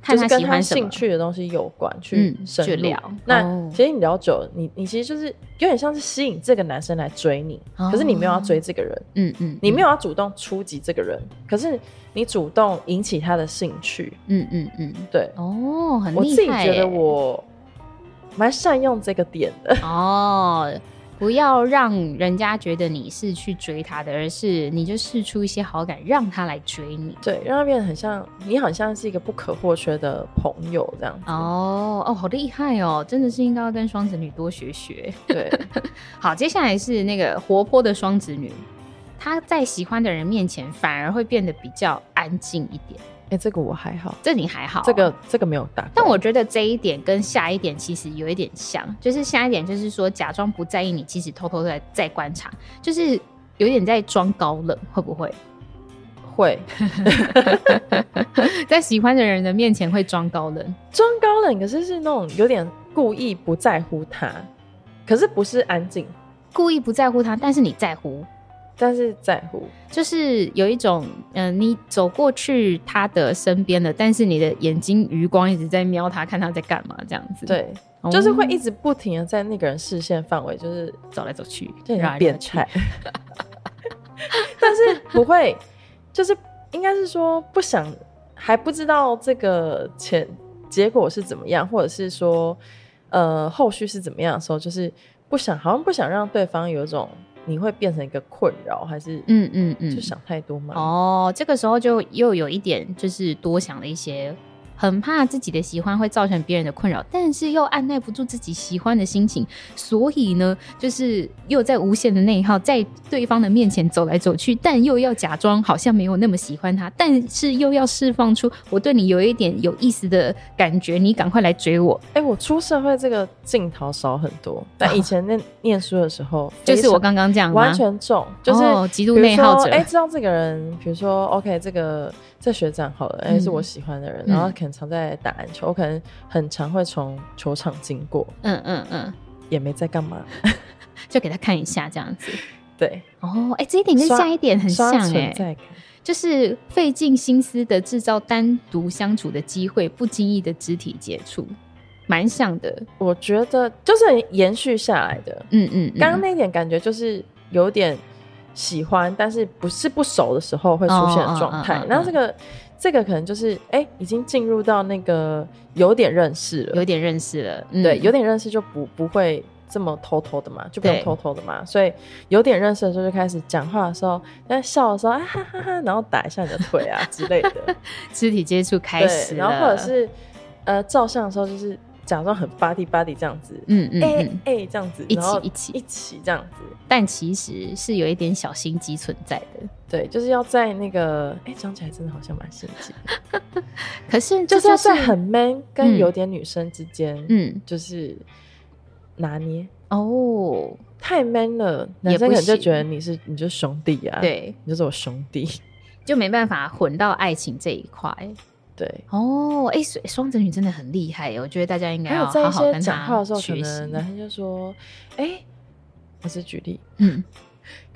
[SPEAKER 1] 看
[SPEAKER 2] 就
[SPEAKER 1] 他
[SPEAKER 2] 是跟
[SPEAKER 1] 喜欢
[SPEAKER 2] 他
[SPEAKER 1] 什么
[SPEAKER 2] 兴趣的东西有关，去
[SPEAKER 1] 嗯，
[SPEAKER 2] 深
[SPEAKER 1] 去
[SPEAKER 2] 入。
[SPEAKER 1] 聊。
[SPEAKER 2] 那
[SPEAKER 1] 哦
[SPEAKER 2] 其实你聊久了，你你其实就是有点像是吸引这个男生来追你，
[SPEAKER 1] 哦
[SPEAKER 2] 可是你没有要追这个人，
[SPEAKER 1] 嗯嗯，
[SPEAKER 2] 你没
[SPEAKER 1] 有，
[SPEAKER 2] 有要主动出击这个人，可是你主动引起他的兴趣。
[SPEAKER 1] 嗯嗯嗯，
[SPEAKER 2] 对，
[SPEAKER 1] 哦，很
[SPEAKER 2] 我自己
[SPEAKER 1] 厉害
[SPEAKER 2] 觉
[SPEAKER 1] 耶
[SPEAKER 2] 得我蛮善用这个点的。
[SPEAKER 1] 哦，不要让人家觉得你是去追他的，而是你就试出一些好感，让他来追你。
[SPEAKER 2] 对，让他变得很像你，好像是一个不可或缺的朋友这样子。
[SPEAKER 1] 哦哦，好厉害哦！真的是应该要跟双子女多学学。
[SPEAKER 2] 对，
[SPEAKER 1] 好，接下来是那个活泼的双子女，她在喜欢的人面前反而会变得比较安静一点。
[SPEAKER 2] 哎、这个我还好，
[SPEAKER 1] 这你还好啊、
[SPEAKER 2] 这个这个没有打勾。
[SPEAKER 1] 但我觉得这一点跟下一点其实有一点像，就是下一点就是说假装不在意你，其实偷偷在在观察，就是有点在装高冷，会不会？
[SPEAKER 2] 会
[SPEAKER 1] 在喜欢的人的面前会装高冷
[SPEAKER 2] 装高冷，可是是那种有点故意不在乎他，可是不是安静，
[SPEAKER 1] 故意不在乎他，但是你在乎，
[SPEAKER 2] 但是在乎。
[SPEAKER 1] 就是有一种嗯、呃你走过去他的身边了，但是你的眼睛余光一直在瞄他，看他在干嘛这样子。
[SPEAKER 2] 对，
[SPEAKER 1] 哦，
[SPEAKER 2] 就是会一直不停的在那个人视线范围，就是
[SPEAKER 1] 走来走去，
[SPEAKER 2] 这
[SPEAKER 1] 绕来绕
[SPEAKER 2] 人变
[SPEAKER 1] 去
[SPEAKER 2] 态， 但是不会，就是应该是说不想，还不知道这个前结果是怎么样，或者是说呃后续是怎么样的时候，就是不想，好像不想让对方有一种你会变成一个困扰，还是
[SPEAKER 1] 嗯嗯嗯，
[SPEAKER 2] 就想太多嘛。
[SPEAKER 1] 哦，这个时候就又有一点就是多想了一些，很怕自己的喜欢会造成别人的困扰，但是又按耐不住自己喜欢的心情，所以呢，就是又在无限的内耗，在对方的面前走来走去，但又要假装好像没有那么喜欢他，但是又要释放出我对你有一点有意思的感觉，你赶快来追我，
[SPEAKER 2] 哎、我出社会这个镜头少很多，但以前那念书的时候，
[SPEAKER 1] 就是我
[SPEAKER 2] 非常
[SPEAKER 1] 刚刚这样吗
[SPEAKER 2] 完全中，就是、
[SPEAKER 1] 哦极度
[SPEAKER 2] 比如
[SPEAKER 1] 内耗
[SPEAKER 2] 说
[SPEAKER 1] 者
[SPEAKER 2] 哎、知道这个人，比如说 OK，这个这学长好了，哎、
[SPEAKER 1] 嗯
[SPEAKER 2] 是我喜欢的人，
[SPEAKER 1] 嗯
[SPEAKER 2] 然后可能常在打篮球，我可能很常会从球场经过，
[SPEAKER 1] 嗯嗯嗯，
[SPEAKER 2] 也没在干嘛。
[SPEAKER 1] 就给他看一下这样子。
[SPEAKER 2] 对，
[SPEAKER 1] 哦，哎、这一点跟
[SPEAKER 2] 刷
[SPEAKER 1] 下一点很像
[SPEAKER 2] 刷
[SPEAKER 1] 哎、
[SPEAKER 2] 存在感。
[SPEAKER 1] 就是费尽心思的制造单独相处的机会，不经意的肢体接触，蛮像的。
[SPEAKER 2] 我觉得就是很延续下来的。
[SPEAKER 1] 嗯嗯，嗯
[SPEAKER 2] 刚刚那点感觉就是有点喜欢，但是不是不熟的时候会出现的状
[SPEAKER 1] 哦哦哦
[SPEAKER 2] 态
[SPEAKER 1] 哦。
[SPEAKER 2] 那这个这个可能就是哎、已经进入到那个有点认识了
[SPEAKER 1] 有，点认识了，嗯
[SPEAKER 2] 对，有点认识就不不会这么偷偷的嘛，就不用
[SPEAKER 1] 对
[SPEAKER 2] 偷偷的嘛。所以有点认识的时候就开始讲话的时候，那笑的时候啊哈哈哈，然后打一下你的腿啊之类的，
[SPEAKER 1] 肢体接触 开始
[SPEAKER 2] 对，
[SPEAKER 1] 了
[SPEAKER 2] 然后或者是呃照相的时候就是假装很巴蒂巴蒂这样子，
[SPEAKER 1] 嗯嗯嗯，
[SPEAKER 2] 哎哎、这样子，
[SPEAKER 1] 一起
[SPEAKER 2] 然后
[SPEAKER 1] 一起
[SPEAKER 2] 一起这样子，
[SPEAKER 1] 但其实是有一点小心机存在的。
[SPEAKER 2] 对，就是要在那个哎讲起来真的好像蛮心 机的，
[SPEAKER 1] 可是这
[SPEAKER 2] 就是
[SPEAKER 1] 是
[SPEAKER 2] 要在很 man
[SPEAKER 1] 嗯
[SPEAKER 2] 跟有点女生之间，
[SPEAKER 1] 嗯
[SPEAKER 2] 就是拿捏。
[SPEAKER 1] 哦，
[SPEAKER 2] 太 man 了，
[SPEAKER 1] 也
[SPEAKER 2] 男生
[SPEAKER 1] 不
[SPEAKER 2] 可能就
[SPEAKER 1] 行
[SPEAKER 2] 觉得你是你就是兄弟啊，，
[SPEAKER 1] 对，
[SPEAKER 2] 你就是我兄弟，
[SPEAKER 1] 就没办法混到爱情这一块。
[SPEAKER 2] 对。
[SPEAKER 1] 哦，哎、所以双子女真的很厉害耶，我觉得大家应该
[SPEAKER 2] 还
[SPEAKER 1] 要
[SPEAKER 2] 有在
[SPEAKER 1] 好
[SPEAKER 2] 一
[SPEAKER 1] 好
[SPEAKER 2] 些
[SPEAKER 1] 跟
[SPEAKER 2] 讲
[SPEAKER 1] 她
[SPEAKER 2] 话的时候，可
[SPEAKER 1] 学
[SPEAKER 2] 能男
[SPEAKER 1] 习。
[SPEAKER 2] 生就说：“哎、我是举例，
[SPEAKER 1] 嗯，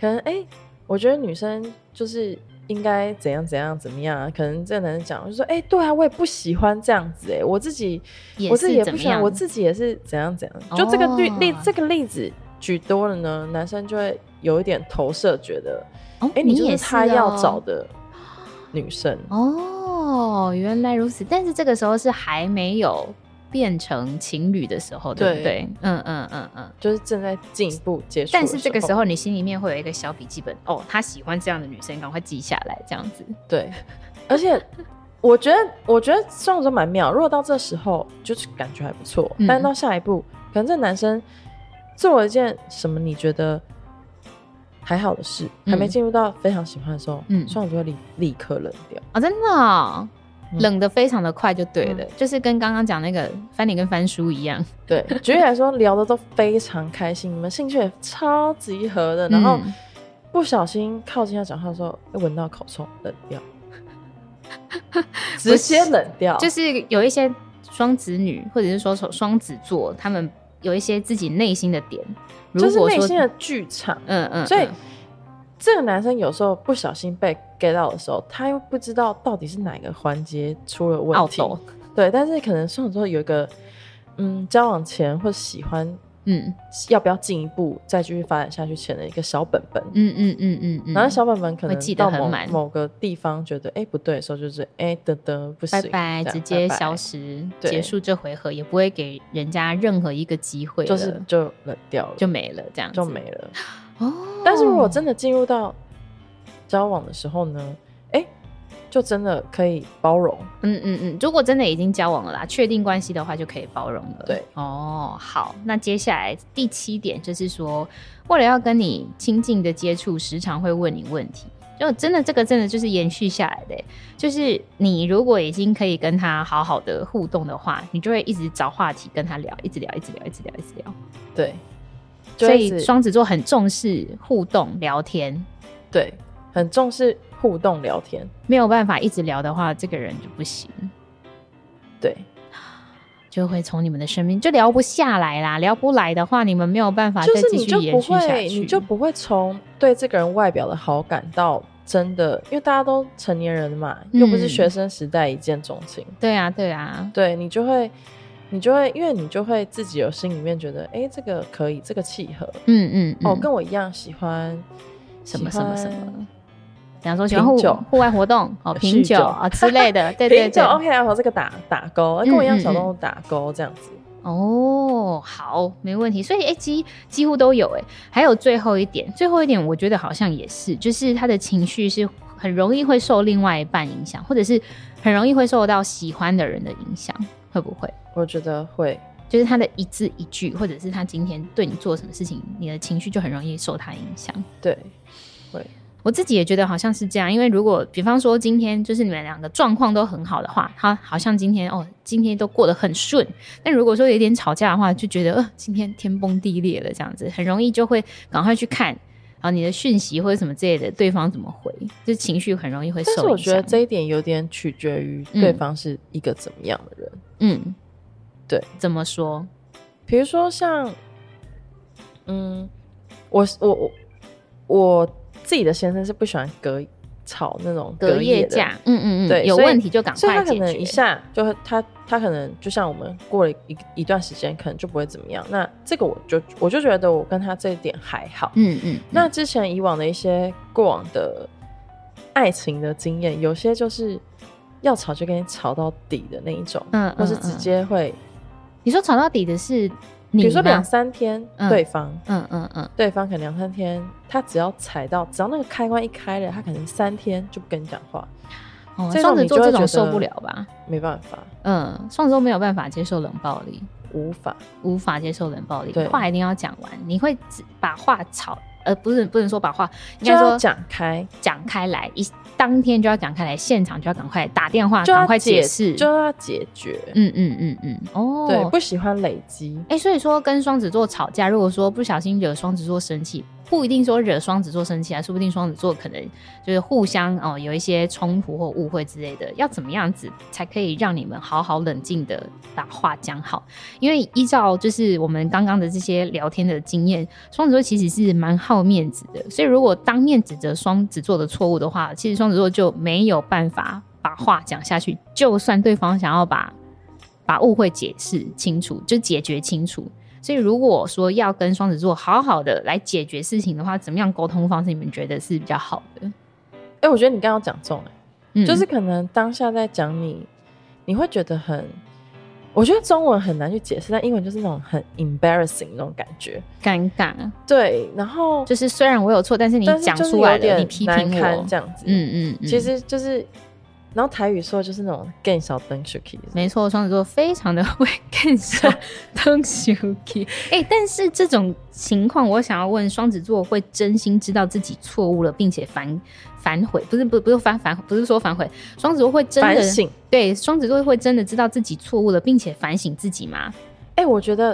[SPEAKER 2] 可能哎、我觉得女生就是应该怎样怎样怎么样啊。”可能这个男生讲，我就说：“哎、对啊，我也不喜欢这样子、哎，我自己
[SPEAKER 1] 也
[SPEAKER 2] 我自己
[SPEAKER 1] 是
[SPEAKER 2] 也
[SPEAKER 1] 怎
[SPEAKER 2] 不
[SPEAKER 1] 么
[SPEAKER 2] 喜欢，
[SPEAKER 1] 样
[SPEAKER 2] 我自己也是怎样怎样。”就这个例例
[SPEAKER 1] 哦
[SPEAKER 2] 这个例子举多了呢，男生就会有一点投射，觉得
[SPEAKER 1] 哦，
[SPEAKER 2] 哎、你就
[SPEAKER 1] 也
[SPEAKER 2] 是
[SPEAKER 1] 是
[SPEAKER 2] 他要
[SPEAKER 1] 哦
[SPEAKER 2] 找的女生。
[SPEAKER 1] 哦，原来如此。但是这个时候是还没有变成情侣的时候，对不
[SPEAKER 2] 对
[SPEAKER 1] 对？嗯嗯嗯嗯。
[SPEAKER 2] 就是正在进一步接触。
[SPEAKER 1] 但是这个时，候，你心里面会有一个小笔记本，哦，他喜欢这样的女生，赶快记下来，这样子。
[SPEAKER 2] 对，而且我觉得，我觉得双子座蛮妙。如果到这时候就是感觉还不错，
[SPEAKER 1] 嗯
[SPEAKER 2] 但到下一步，可能这男生做一件什么你觉得还好的事，还没
[SPEAKER 1] 嗯
[SPEAKER 2] 进入到非常喜欢的时候，
[SPEAKER 1] 嗯
[SPEAKER 2] 双子座立立刻冷掉。
[SPEAKER 1] 哦，真的、哦，
[SPEAKER 2] 嗯
[SPEAKER 1] 冷的非常的快就对了，
[SPEAKER 2] 嗯
[SPEAKER 1] 就是跟刚刚讲那个翻脸跟翻书一样。
[SPEAKER 2] 对，举例来说，聊的都非常开心，你们兴趣也超级合的，然后
[SPEAKER 1] 嗯
[SPEAKER 2] 不小心靠近他讲话的时候，会闻到口臭，冷 掉，直接冷掉，
[SPEAKER 1] 就是有一些双子女或者是说双双子座，他们有一些自己内心的点，如
[SPEAKER 2] 就是
[SPEAKER 1] 果
[SPEAKER 2] 内
[SPEAKER 1] 说
[SPEAKER 2] 心的剧场。
[SPEAKER 1] 嗯嗯，
[SPEAKER 2] 所以
[SPEAKER 1] 嗯
[SPEAKER 2] 这个男生有时候不小心被 get 到的时候，他又不知道到底是哪个环节出了问
[SPEAKER 1] 澳
[SPEAKER 2] 题。
[SPEAKER 1] 洲，
[SPEAKER 2] 对，但是可能双子座有一个，嗯，交往前或喜欢
[SPEAKER 1] 嗯
[SPEAKER 2] 要不要进一步再继续发展下去前的一个小本本。
[SPEAKER 1] 嗯嗯嗯嗯嗯，
[SPEAKER 2] 然后小本本可
[SPEAKER 1] 会
[SPEAKER 2] 能
[SPEAKER 1] 记得
[SPEAKER 2] 到
[SPEAKER 1] 很
[SPEAKER 2] 某
[SPEAKER 1] 满
[SPEAKER 2] 某个地方觉得哎、不对的时候，就是哎得得不行
[SPEAKER 1] 拜，拜，
[SPEAKER 2] 这样
[SPEAKER 1] 直接
[SPEAKER 2] 拜拜
[SPEAKER 1] 消失，
[SPEAKER 2] 对
[SPEAKER 1] 结束这回合，也不会给人家任何一个机会了，
[SPEAKER 2] 就是就冷掉了，
[SPEAKER 1] 就没了这样子，
[SPEAKER 2] 就没了。
[SPEAKER 1] 哦。
[SPEAKER 2] 但是如果真的进入到交往的时候呢，哎、就真的可以包容。
[SPEAKER 1] 嗯嗯嗯，如果真的已经交往了啦，确定关系的话就可以包容了。
[SPEAKER 2] 对，
[SPEAKER 1] 哦，好，那接下来第七点就是说，为了要跟你亲近的接触，时常会问你问题。就真的这个真的就是延续下来的欸，就是你如果已经可以跟他好好的互动的话，你就会一直找话题跟他聊，一直聊，一直聊，一直聊，一直聊。
[SPEAKER 2] 对，就
[SPEAKER 1] 所
[SPEAKER 2] 一
[SPEAKER 1] 以
[SPEAKER 2] 直
[SPEAKER 1] 双子座很重视互动聊天，
[SPEAKER 2] 对很重视互动聊天。
[SPEAKER 1] 没有办法一直聊的话，这个人就不行。
[SPEAKER 2] 对，
[SPEAKER 1] 就会从你们的生命就聊不下来啦，聊不来的话，你们没有办法
[SPEAKER 2] 就
[SPEAKER 1] 再
[SPEAKER 2] 是
[SPEAKER 1] 继
[SPEAKER 2] 你
[SPEAKER 1] 续
[SPEAKER 2] 就
[SPEAKER 1] 延
[SPEAKER 2] 不
[SPEAKER 1] 续下
[SPEAKER 2] 会，
[SPEAKER 1] 去，
[SPEAKER 2] 你就不会从对这个人外表的好感到真的，因为大家都成年人嘛，又不是
[SPEAKER 1] 嗯
[SPEAKER 2] 学生时代一见钟情。
[SPEAKER 1] 对啊，对啊，
[SPEAKER 2] 对你就会，你就会，因为你就会自己有心里面觉得，哎、这个可以，这个契合，
[SPEAKER 1] 嗯嗯嗯
[SPEAKER 2] 哦，跟我一样喜欢
[SPEAKER 1] 什么什么什么，比方说喜
[SPEAKER 2] 品
[SPEAKER 1] 欢户
[SPEAKER 2] 酒
[SPEAKER 1] 户外活动哦，品
[SPEAKER 2] 酗
[SPEAKER 1] 酒
[SPEAKER 2] 酒
[SPEAKER 1] 啊、之类的，对对 对
[SPEAKER 2] 品酒，OK 啊，我这个打打勾，跟我
[SPEAKER 1] 嗯
[SPEAKER 2] 一样
[SPEAKER 1] 嗯
[SPEAKER 2] 小动
[SPEAKER 1] 嗯
[SPEAKER 2] 物打勾这样子。
[SPEAKER 1] 哦，好，没问题。所以哎、几几乎都有哎、还有最后一点，最后一点我觉得好像也是，就是他的情绪是很容易会受另外一半影响，或者是很容易会受到喜欢的人的影响，会不会？
[SPEAKER 2] 我觉得会，
[SPEAKER 1] 就是他的一字一句，或者是他今天对你做什么事情，你的情绪就很容易受他影响。
[SPEAKER 2] 对，
[SPEAKER 1] 我自己也觉得好像是这样，因为如果比方说今天就是你们两个状况都很好的话，他好像今天哦，今天都过得很顺。但如果说有一点吵架的话，就觉得呃，今天天崩地裂了这样子，很容易就会赶快去看。啊，你的讯息或者什么之类的，对方怎么回，就情绪很容易会受
[SPEAKER 2] 但
[SPEAKER 1] 影响。
[SPEAKER 2] 是我觉得这一点有点取决于对方是一个怎么样的人。
[SPEAKER 1] 嗯，
[SPEAKER 2] 对，
[SPEAKER 1] 怎么说？
[SPEAKER 2] 比如说像，嗯，我我我我自己的先生是不喜欢隔吵那种
[SPEAKER 1] 隔夜
[SPEAKER 2] 夜的
[SPEAKER 1] 架，嗯嗯嗯，
[SPEAKER 2] 对
[SPEAKER 1] 有
[SPEAKER 2] 所以
[SPEAKER 1] 问题就赶
[SPEAKER 2] 所以
[SPEAKER 1] 快
[SPEAKER 2] 他
[SPEAKER 1] 解
[SPEAKER 2] 可
[SPEAKER 1] 决。
[SPEAKER 2] 能一下就会他他可能就像我们过了一一段时间，可能就不会怎么样。那这个我就我就觉得我跟他这一点还好。
[SPEAKER 1] 嗯，嗯嗯，
[SPEAKER 2] 那之前以往的一些过往的爱情的经验，有些就是要吵就跟你吵到底的那一种，
[SPEAKER 1] 嗯嗯
[SPEAKER 2] 或是直接会，
[SPEAKER 1] 你说吵到底的是你
[SPEAKER 2] 比如说
[SPEAKER 1] 吗
[SPEAKER 2] 两三天，
[SPEAKER 1] 嗯
[SPEAKER 2] 对方、
[SPEAKER 1] 嗯嗯嗯，
[SPEAKER 2] 对方可能两三天，他只要踩到，只要那个开关一开了，他可能三天就不跟你讲话，
[SPEAKER 1] 哦，
[SPEAKER 2] 这种
[SPEAKER 1] 双子座
[SPEAKER 2] 你就
[SPEAKER 1] 这
[SPEAKER 2] 会
[SPEAKER 1] 种
[SPEAKER 2] 觉得
[SPEAKER 1] 受不了吧？
[SPEAKER 2] 没办法，
[SPEAKER 1] 嗯，双子座没有办法接受冷暴力，
[SPEAKER 2] 无法。
[SPEAKER 1] 无法接受冷暴力，
[SPEAKER 2] 对
[SPEAKER 1] 话一定要讲完，你会只把话吵，呃，不是不能说把话，应
[SPEAKER 2] 就
[SPEAKER 1] 该说
[SPEAKER 2] 要讲开，
[SPEAKER 1] 讲开来，一当天就要讲开来，现场就要赶快打电话，
[SPEAKER 2] 就
[SPEAKER 1] 啊赶
[SPEAKER 2] 要
[SPEAKER 1] 快解
[SPEAKER 2] 解
[SPEAKER 1] 释，
[SPEAKER 2] 就要解决。
[SPEAKER 1] 嗯嗯嗯嗯，哦，
[SPEAKER 2] 对，不喜欢累积，
[SPEAKER 1] 哎、所以说跟双子座吵架，如果说不小心惹双子座生气，不一定说惹双子座生气啊，说不定双子座可能就是互相哦有一些冲突或误会之类的。要怎么样子才可以让你们好好冷静的把话讲好？因为依照就是我们刚刚的这些聊天的经验，双子座其实是蛮好面子的，所以如果当面指责双子座的错误的话，其实双子座就没有办法把话讲下去。就算对方想要把把误会解释清楚，就解决清楚。所以如果说要跟双子座好好的来解决事情的话，怎么样沟通方式你们觉得是比较好的？
[SPEAKER 2] 哎、我觉得你刚刚讲中了、
[SPEAKER 1] 嗯
[SPEAKER 2] 就是可能当下在讲你，你会觉得很，我觉得中文很难去解释，但英文就是那种很 embarrassing 那种感觉。
[SPEAKER 1] 尴尬，
[SPEAKER 2] 对，然后
[SPEAKER 1] 就是虽然我有错，但是你
[SPEAKER 2] 但是
[SPEAKER 1] 讲
[SPEAKER 2] 就是
[SPEAKER 1] 出来
[SPEAKER 2] 有
[SPEAKER 1] 了，
[SPEAKER 2] 点
[SPEAKER 1] 你批
[SPEAKER 2] 难
[SPEAKER 1] 评
[SPEAKER 2] 堪
[SPEAKER 1] 我
[SPEAKER 2] 这，样子，
[SPEAKER 1] 嗯嗯，嗯
[SPEAKER 2] 其实就是然后台语说就是那种更小灯 shuki，
[SPEAKER 1] 没错，双子座非常的 会更小灯 s u k 哎，但是这种情况，我想要问双子座会真心知道自己错误了，并且反反悔，不是不不是反反，不是说反悔，双子座会真
[SPEAKER 2] 反
[SPEAKER 1] 的
[SPEAKER 2] 省。
[SPEAKER 1] 对双子座会真的知道自己错误了，并且反省自己吗？
[SPEAKER 2] 哎、我觉得，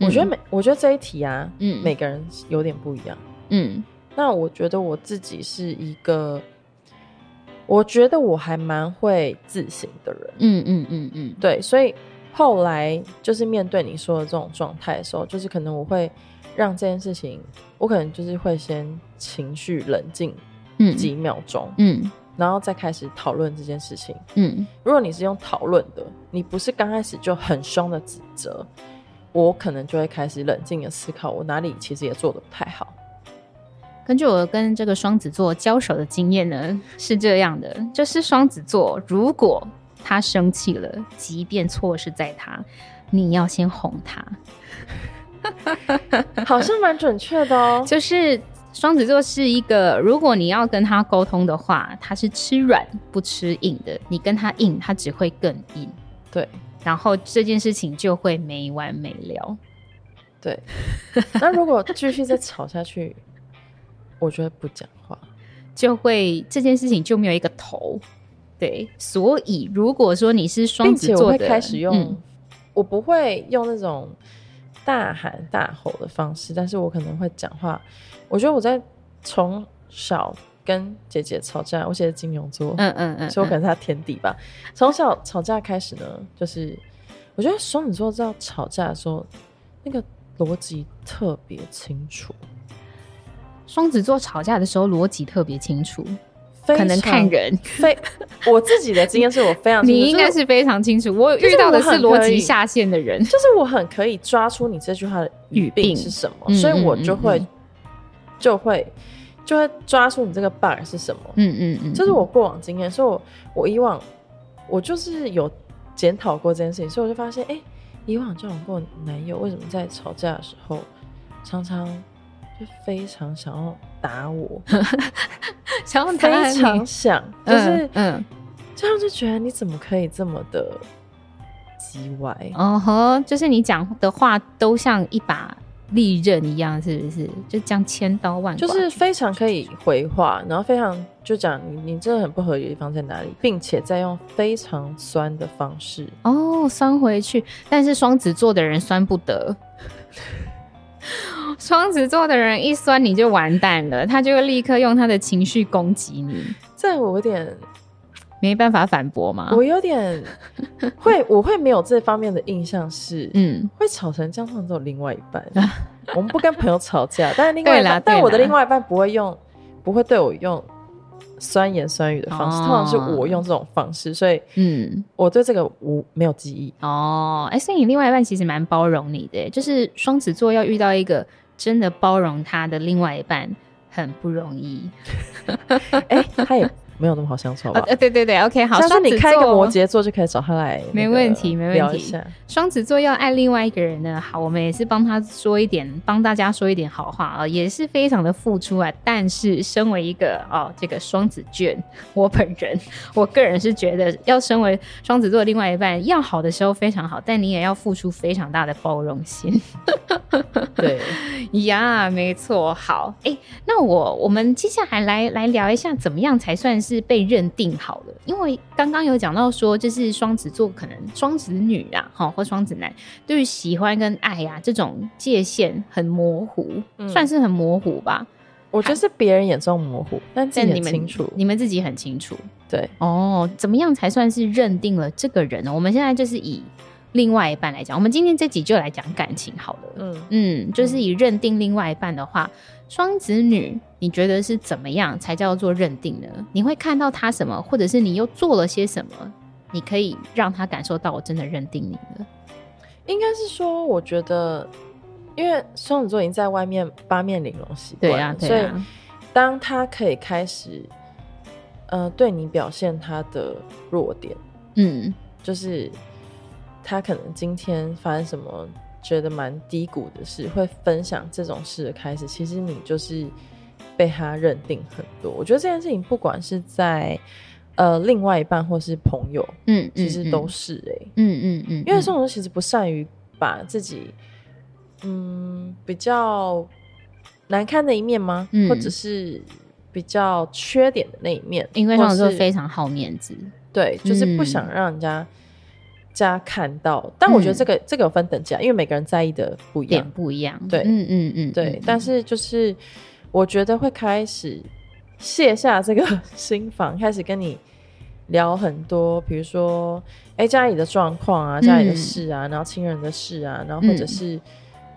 [SPEAKER 2] 我觉得
[SPEAKER 1] 嗯
[SPEAKER 2] 每、我觉得这一题啊，
[SPEAKER 1] 嗯
[SPEAKER 2] 每个人有点不一样。
[SPEAKER 1] 嗯
[SPEAKER 2] 那我觉得我自己是一个，我觉得我还蛮会自省的人，
[SPEAKER 1] 嗯嗯嗯嗯，
[SPEAKER 2] 对，所以后来就是面对你说的这种状态的时候，就是可能我会让这件事情，我可能就是会先情绪冷静
[SPEAKER 1] 嗯
[SPEAKER 2] 几秒钟，
[SPEAKER 1] 嗯
[SPEAKER 2] 然后再开始讨论这件事情。
[SPEAKER 1] 嗯
[SPEAKER 2] 如果你是用讨论的，你不是刚开始就很凶的指责，我可能就会开始冷静的思考，我哪里其实也做的不太好。
[SPEAKER 1] 根据我跟这个双子座交手的经验呢，是这样的，就是双子座如果他生气了，即便错是在他，你要先哄他，
[SPEAKER 2] 好像蛮准确 的哦。
[SPEAKER 1] 就是。双子座是一个，如果你要跟他沟通的话，他是吃软不吃硬的。你跟他硬，他只会更硬，
[SPEAKER 2] 对
[SPEAKER 1] 然后这件事情就会没完没了。
[SPEAKER 2] 对，那如果继续再吵下去，我觉得不讲话。
[SPEAKER 1] 就会这件事情就没有一个头。对，所以如果说你是双
[SPEAKER 2] 并
[SPEAKER 1] 子
[SPEAKER 2] 且我
[SPEAKER 1] 座
[SPEAKER 2] 会
[SPEAKER 1] 的，
[SPEAKER 2] 开始用，
[SPEAKER 1] 嗯
[SPEAKER 2] 我不会用那种大喊大吼的方式，但是我可能会讲话。我觉得我在从小跟姐姐吵架，我姐是金牛座，
[SPEAKER 1] 嗯嗯嗯，
[SPEAKER 2] 所以我
[SPEAKER 1] 嗯
[SPEAKER 2] 可能是她天敌吧。从小吵架开始呢，就是我觉得双子座在吵架的时候，那个逻辑特别清楚，
[SPEAKER 1] 双子座吵架的时候逻辑特别清楚，
[SPEAKER 2] 非
[SPEAKER 1] 可能
[SPEAKER 2] 常
[SPEAKER 1] 看人，
[SPEAKER 2] 非我自己的经验是我非常清 楚，
[SPEAKER 1] 你应该
[SPEAKER 2] 就是
[SPEAKER 1] 非常清楚。我
[SPEAKER 2] 就是
[SPEAKER 1] 遇到的是
[SPEAKER 2] 我很
[SPEAKER 1] 逻
[SPEAKER 2] 可
[SPEAKER 1] 辑
[SPEAKER 2] 以
[SPEAKER 1] 下线的 人，
[SPEAKER 2] 就是我很可以抓出你这句话的语
[SPEAKER 1] 语病
[SPEAKER 2] 病是什么，
[SPEAKER 1] 嗯
[SPEAKER 2] 所以我就会、
[SPEAKER 1] 嗯嗯
[SPEAKER 2] 就会就会抓出你这个 bug 是什么，
[SPEAKER 1] 嗯嗯嗯，
[SPEAKER 2] 这是我过往经验，所以我我以往我就是有检讨过这件事情，所以我就发现，哎、以往交往过的男友为什么在吵架的时候常常就非常想要打我，
[SPEAKER 1] 想要打
[SPEAKER 2] 非
[SPEAKER 1] 哦你
[SPEAKER 2] 常想，就
[SPEAKER 1] 嗯
[SPEAKER 2] 是
[SPEAKER 1] 嗯，
[SPEAKER 2] 这样就觉得你怎么可以这么的叽歪？
[SPEAKER 1] 哦呵，就是你讲的话都像一把利刃一样，是不是？就这样千刀万剐，
[SPEAKER 2] 就是非常可以回话，然后非常就讲你你真的很不合理的地方在哪里，并且再用非常酸的方式，
[SPEAKER 1] 哦，酸回去，但是双子座的人酸不 得。双子座的人一酸你就完蛋了，他就会立刻用他的情绪攻击你，
[SPEAKER 2] 这我有点，
[SPEAKER 1] 没办法反驳嘛。
[SPEAKER 2] 我 有点会我会没有这方面的印象是，
[SPEAKER 1] 嗯，
[SPEAKER 2] 会吵成这样，通常只有另外一半，我们不跟朋友吵架，但是另外
[SPEAKER 1] 对
[SPEAKER 2] 一
[SPEAKER 1] 啦
[SPEAKER 2] 半，
[SPEAKER 1] 对
[SPEAKER 2] 但我的
[SPEAKER 1] 啦
[SPEAKER 2] 另外一半不会用，不会对我用酸言酸语的方式，通常是
[SPEAKER 1] 哦
[SPEAKER 2] 我用这种方式，所以
[SPEAKER 1] 嗯，
[SPEAKER 2] 我对这个无没有记忆。
[SPEAKER 1] 哦，哎、所以你另外一半其实蛮包容你的，就是双子座要遇到一个真的包容他的另外一半很不容易。
[SPEAKER 2] 哎、他也没有那么好相处好不
[SPEAKER 1] 哦
[SPEAKER 2] 好，
[SPEAKER 1] 呃对对对，OK，好，
[SPEAKER 2] 下次
[SPEAKER 1] 双子
[SPEAKER 2] 你
[SPEAKER 1] 座哦
[SPEAKER 2] 开一个摩羯座就可以找他来，
[SPEAKER 1] 没问题没问题
[SPEAKER 2] 聊一下，
[SPEAKER 1] 双子座要爱另外一个人呢，好，我们也是帮他说一点，帮大家说一点好话啊、也是非常的付出啊。但是，身为一个哦，这个双子卷，我本人，我个人是觉得，要身为双子座的另外一半，要好的时候非常好，但你也要付出非常大的包容心
[SPEAKER 2] 对，
[SPEAKER 1] 呀。没错，好，哎、那我我们接下来来来聊一下，怎么样才算是被认定好了？因为刚刚有讲到说，就是双子座可能双子女啊，哈，或双子男，对于喜欢跟爱呀、啊、这种界限很模糊，
[SPEAKER 2] 嗯
[SPEAKER 1] 算是很模糊吧。
[SPEAKER 2] 我觉得是别人眼中模糊，但自
[SPEAKER 1] 但
[SPEAKER 2] 己
[SPEAKER 1] 你
[SPEAKER 2] 很
[SPEAKER 1] 们
[SPEAKER 2] 清楚，
[SPEAKER 1] 你们自己很清楚
[SPEAKER 2] 对，
[SPEAKER 1] 哦。怎么样才算是认定了这个人呢？我们现在就是以另外一半来讲，我们今天这集就来讲感情好了。
[SPEAKER 2] 嗯。
[SPEAKER 1] 嗯，就是以认定另外一半的话，双子女，你觉得是怎么样才叫做认定呢？你会看到他什么，或者是你又做了些什么，你可以让他感受到我真的认定你了。
[SPEAKER 2] 应该是说，我觉得，因为双子座已经在外面八面玲珑习惯
[SPEAKER 1] 对
[SPEAKER 2] 了，
[SPEAKER 1] 啊，对
[SPEAKER 2] 所以
[SPEAKER 1] 啊，
[SPEAKER 2] 当他可以开始，呃，对你表现他的弱点，
[SPEAKER 1] 嗯
[SPEAKER 2] 就是他可能今天发生什么觉得蛮低谷的事，会分享这种事的开始，其实你就是被他认定很多。我觉得这件事情，不管是在呃另外一半或是朋友，
[SPEAKER 1] 嗯，
[SPEAKER 2] 其实都
[SPEAKER 1] 是，
[SPEAKER 2] 是哎、
[SPEAKER 1] 嗯嗯嗯，
[SPEAKER 2] 因为宋总其实不善于把自己，嗯，比较难看的一面吗？
[SPEAKER 1] 嗯
[SPEAKER 2] 或者是比较缺点的那一面？
[SPEAKER 1] 因为双子
[SPEAKER 2] 或
[SPEAKER 1] 座
[SPEAKER 2] 是
[SPEAKER 1] 非常好面子，
[SPEAKER 2] 对，就是
[SPEAKER 1] 嗯
[SPEAKER 2] 不想让人家。家看到，但我觉得这个、这个有分等级啊，因为每个人在意的不一样
[SPEAKER 1] 嗯点。不一样，
[SPEAKER 2] 对
[SPEAKER 1] 嗯嗯嗯，
[SPEAKER 2] 对，
[SPEAKER 1] 嗯
[SPEAKER 2] 但是就是我觉得会开始卸下这个心防，开始跟你聊很多，比如说哎、家里的状况啊，家里的
[SPEAKER 1] 嗯
[SPEAKER 2] 事啊，然后亲人的事啊，然后或者
[SPEAKER 1] 嗯
[SPEAKER 2] 是